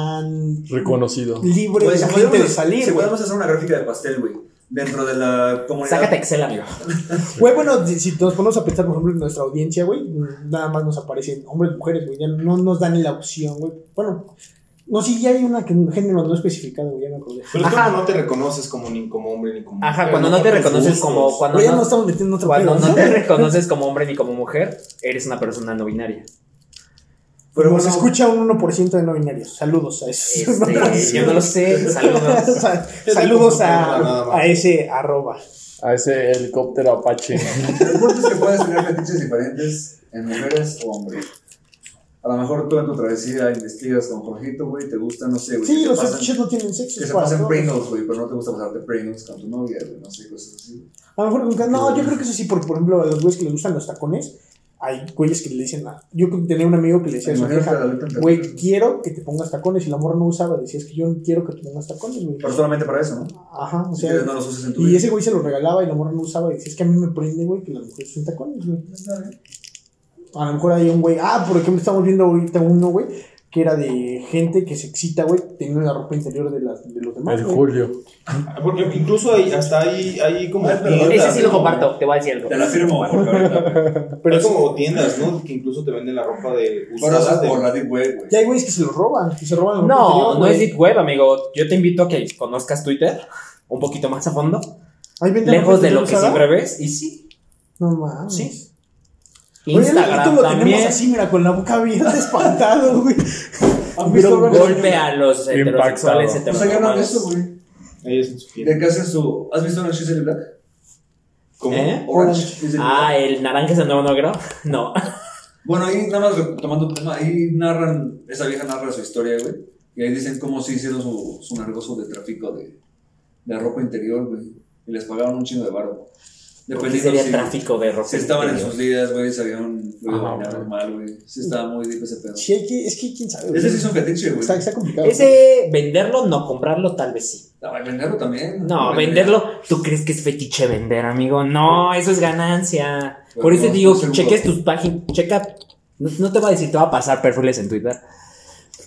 S3: tan
S7: Reconocido.
S3: libre
S4: Pues
S3: la
S6: Güey, si
S3: gente de
S6: pudiéramos-
S3: salir,
S6: Si
S3: güey.
S6: podemos hacer una gráfica de pastel, güey, dentro de la comunidad...
S8: Sácate Excel, amigo.
S3: Güey, bueno, si- si nos ponemos a pensar, por ejemplo, en nuestra audiencia, güey, nada más nos aparecen hombres y mujeres, güey, ya no nos dan la opción, güey. Bueno, no, sí, ya hay una que un género no especificado, güey, ya me acordé.
S5: Pero es
S8: Ajá.
S5: cuando no te reconoces como ni como hombre ni como
S8: Ajá,
S5: mujer,
S8: cuando no te
S5: por tus
S8: reconoces
S5: gustos.
S8: como. Cuando
S3: Pero ya no
S8: Ah, no,
S3: estamos metiendo en otro
S8: cuando
S3: pedo,
S8: no te reconoces como hombre ni como mujer, eres una persona no binaria.
S3: Pero nos
S6: bueno.
S3: escucha un 1% de no binarios. Saludos a esos.
S8: Este, yo no lo sé. Saludos.
S3: Sa- Saludos
S5: Nada
S3: a,
S5: más.
S3: a ese arroba.
S7: A ese helicóptero Apache.
S6: El punto es que puedes tener fetiches diferentes en mujeres o hombres. A lo mejor tú en tu travesía investigas con Jorgito, güey, te gusta, no sé, güey. que
S3: Sí,
S6: te
S3: los
S6: pasen-
S3: fetiches no tienen sexo.
S6: Que
S3: es
S6: se
S3: para
S6: pasen
S3: todos.
S6: Pringles, güey, pero no te gusta pasarte Pringles con tu novia, güey, no sé, cosas así.
S3: A lo mejor con- No, yo creo que eso sí, porque por ejemplo, a los güeyes que les gustan los tacones, hay güeyes que le dicen. a- Yo tenía un amigo que le decía a su
S6: Imagínate
S3: vieja,
S6: la letra entre-
S3: güey, quiero que te pongas tacones. Y la morra no usaba, decía, es que yo no quiero que te pongas tacones, güey.
S6: Pero solamente para eso, ¿no?
S3: Ajá, o
S6: Si
S3: sea.
S6: quieres, no los uses en tu
S3: Y
S6: vida.
S3: ese güey se lo regalaba y la morra no usaba. Y decía, es que a mí me prende, güey, que las mujeres usen tacones, güey. A lo mejor hay un güey. Ah, por ejemplo, estamos viendo ahorita uno, güey, que era de gente que se excita, güey, teniendo la ropa interior de, las, de los demás.
S7: El
S3: güey.
S7: Julio.
S5: Porque incluso hay, hasta hay, hay como.
S6: Ah, pero-
S5: tiendas,
S8: Ese sí lo
S5: ¿no?
S8: comparto, te voy a decir algo.
S6: Te la firmo, porque ahorita, güey.
S5: Pero hay como tiendas, ¿no? Que incluso te venden la ropa de usada.
S6: Ahora usas
S5: de-
S6: por la deep web, güey.
S3: Ya hay güeyes que se los roban, que se roban la ropa interior,
S8: No, no
S3: güey.
S8: es Deep Web, amigo. Yo te invito a que conozcas Twitter un poquito más a fondo.
S3: Ahí venden
S8: Lejos
S3: ropa
S8: de lo
S3: interior
S8: que
S3: usada.
S8: siempre ves. Y sí.
S3: No mames.
S8: Sí.
S3: Oye, ahorita
S8: Instagram
S3: lo tenemos
S8: también.
S3: así, mira, con la boca abierta, espantado, güey.
S6: ¿Han
S8: Pero
S6: visto
S8: un
S6: broncas?
S8: golpe a los heterosexuales
S6: O sea, ganan
S8: heteronormados.
S6: eso, güey.
S5: Ellos en su
S6: ¿De
S5: tienda.
S6: qué hacen su. ¿Has visto Orange is the New Black?
S5: Como-
S8: ¿Eh?
S6: Orange is the New Black.
S8: Ah, el naranja es el nuevo negro. No.
S6: Bueno, ahí nada más tomando un tema, ahí narran, esa vieja narra su historia, güey. Y ahí dicen cómo se hicieron su, su negocio de tráfico de, de ropa interior, güey. Y les pagaban un chingo de barro.
S8: Porque
S6: Dependiendo
S8: sería
S6: si,
S8: tráfico de ropa.
S6: si estaban en
S8: interior.
S6: sus días, güey, se habían fluido
S7: Ajá,
S6: bañado
S7: güey.
S6: mal, güey. Sí estaba muy deep ese pedo.
S3: Sí, hay que, es que quién sabe. güey.
S6: Ese sí es un fetiche, güey.
S3: está, está complicado.
S8: Ese venderlo, no comprarlo, tal vez sí.
S6: Ah, venderlo también.
S8: No,
S6: Vender-
S8: venderlo, ¿tú crees que es fetiche vender, amigo? No, eso es ganancia.
S6: Pero
S8: Por eso
S6: Pues no,
S8: te digo,
S6: estoy
S8: que
S6: seguro.
S8: cheques tus páginas, checa, no, no te va a decir, te va a pasar perfiles en Twitter,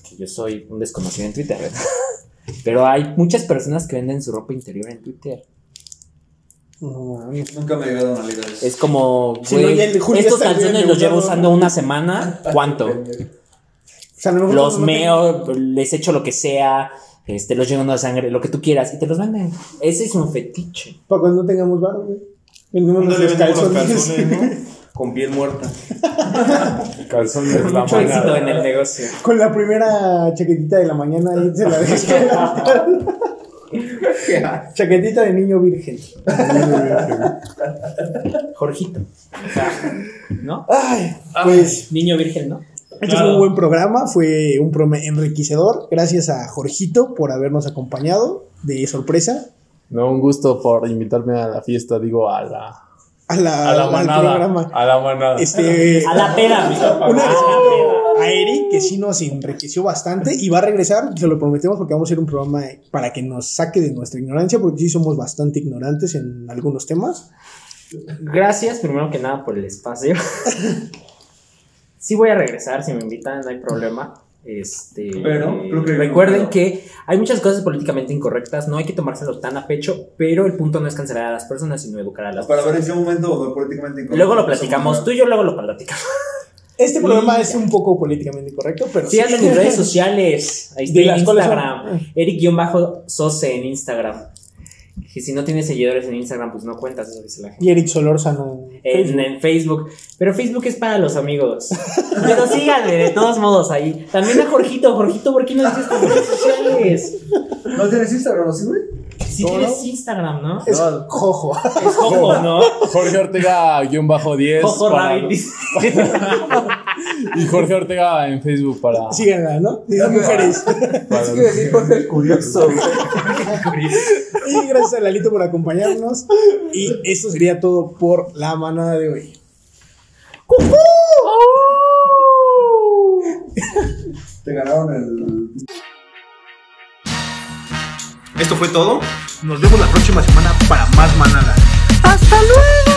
S8: porque yo soy un desconocido en Twitter, ¿verdad? Pero hay muchas personas que venden su ropa interior en Twitter.
S3: No mames.
S6: Nunca me llegaron a ligar eso.
S8: Es como,
S3: Sí, no,
S8: güey,
S3: ya el Julio
S8: estos
S3: está bien
S8: calzones los llevo
S3: endeudado.
S8: usando una semana, ¿cuánto?
S3: O sea, a lo mejor
S8: Los
S3: no- no te-
S8: meo, les echo lo que sea, este, los lleno de sangre, lo que tú quieras, y te los venden. Ese es un fetiche.
S3: Para cuando no tengamos barro, güey. Vendemos
S5: Ándale,
S3: nuestros
S5: venden unos
S3: calzones.
S5: calzones, ¿no? Con piel muerta.
S7: Calzón de la
S8: Mucho éxito en
S7: manada.
S8: el negocio.
S3: Con la primera chaquetita de la mañana ahí se la dejas caer. Chaquetita de niño virgen.
S8: Jorgito. ¿No?
S3: Ay, pues
S8: Ah, Niño virgen, ¿no?
S3: este fue un buen programa, fue un programa enriquecedor. Gracias a Jorgito por habernos acompañado de sorpresa
S7: No, un gusto por invitarme a la fiesta, digo, a la,
S3: a la,
S7: a la
S3: al
S7: manada.
S3: programa.
S7: A la manada.
S3: Este,
S8: A la peda, amigo.
S3: Una-
S8: A la
S3: a Eric, que sí nos enriqueció bastante y va a regresar, se lo prometemos porque vamos a hacer un programa para que nos saque de nuestra ignorancia, porque sí somos bastante ignorantes en algunos temas.
S8: peda. Gracias, primero que nada, por el espacio. Sí voy a regresar, si me invitan, no hay problema. Este,
S6: Pero, creo que-
S8: recuerden que hay muchas cosas políticamente incorrectas, no hay que tomárselo tan a pecho, pero el punto no es cancelar a las personas, sino educar a las
S6: Para ver en
S8: personas.
S6: qué momento lo políticamente incorrecto.
S8: Luego lo platicamos, tú y yo luego lo platicamos.
S3: Este
S8: Y-
S3: programa es un poco políticamente incorrecto, pero
S8: Síganme en mis redes sociales, ahí
S3: De
S8: está en
S3: las cuales son-
S8: Instagram. Eric-Sose en Instagram. Que si no tienes seguidores en Instagram, pues no cuentas, eso dice la gente.
S3: Y Eric Solórzano.
S8: En, en Facebook. Pero Facebook es para los amigos. Pero síganme, de todos modos, ahí. También a Jorgito. Jorgito, ¿por qué no dices tus redes sociales?
S6: ¿No tienes Instagram, o sí, güey?
S8: Si tienes Instagram, ¿no?
S3: Es Jojo.
S8: Es Jojo, ¿no?
S7: Jorge Ortega, guión bajo 10.
S8: Jojo
S7: para-
S8: Rabbit. dice.
S7: Y Jorge Ortega en Facebook para...
S3: Síganla, ¿no? Y las mujeres.
S7: para-
S12: Es que decir Jorge el curioso, güey.
S3: Y gracias a Lalito por acompañarnos. Y esto sería todo por la manada de hoy.
S6: Te ganaron el
S15: Esto fue todo.
S5: Nos vemos la próxima semana para más manada. ¡Hasta luego!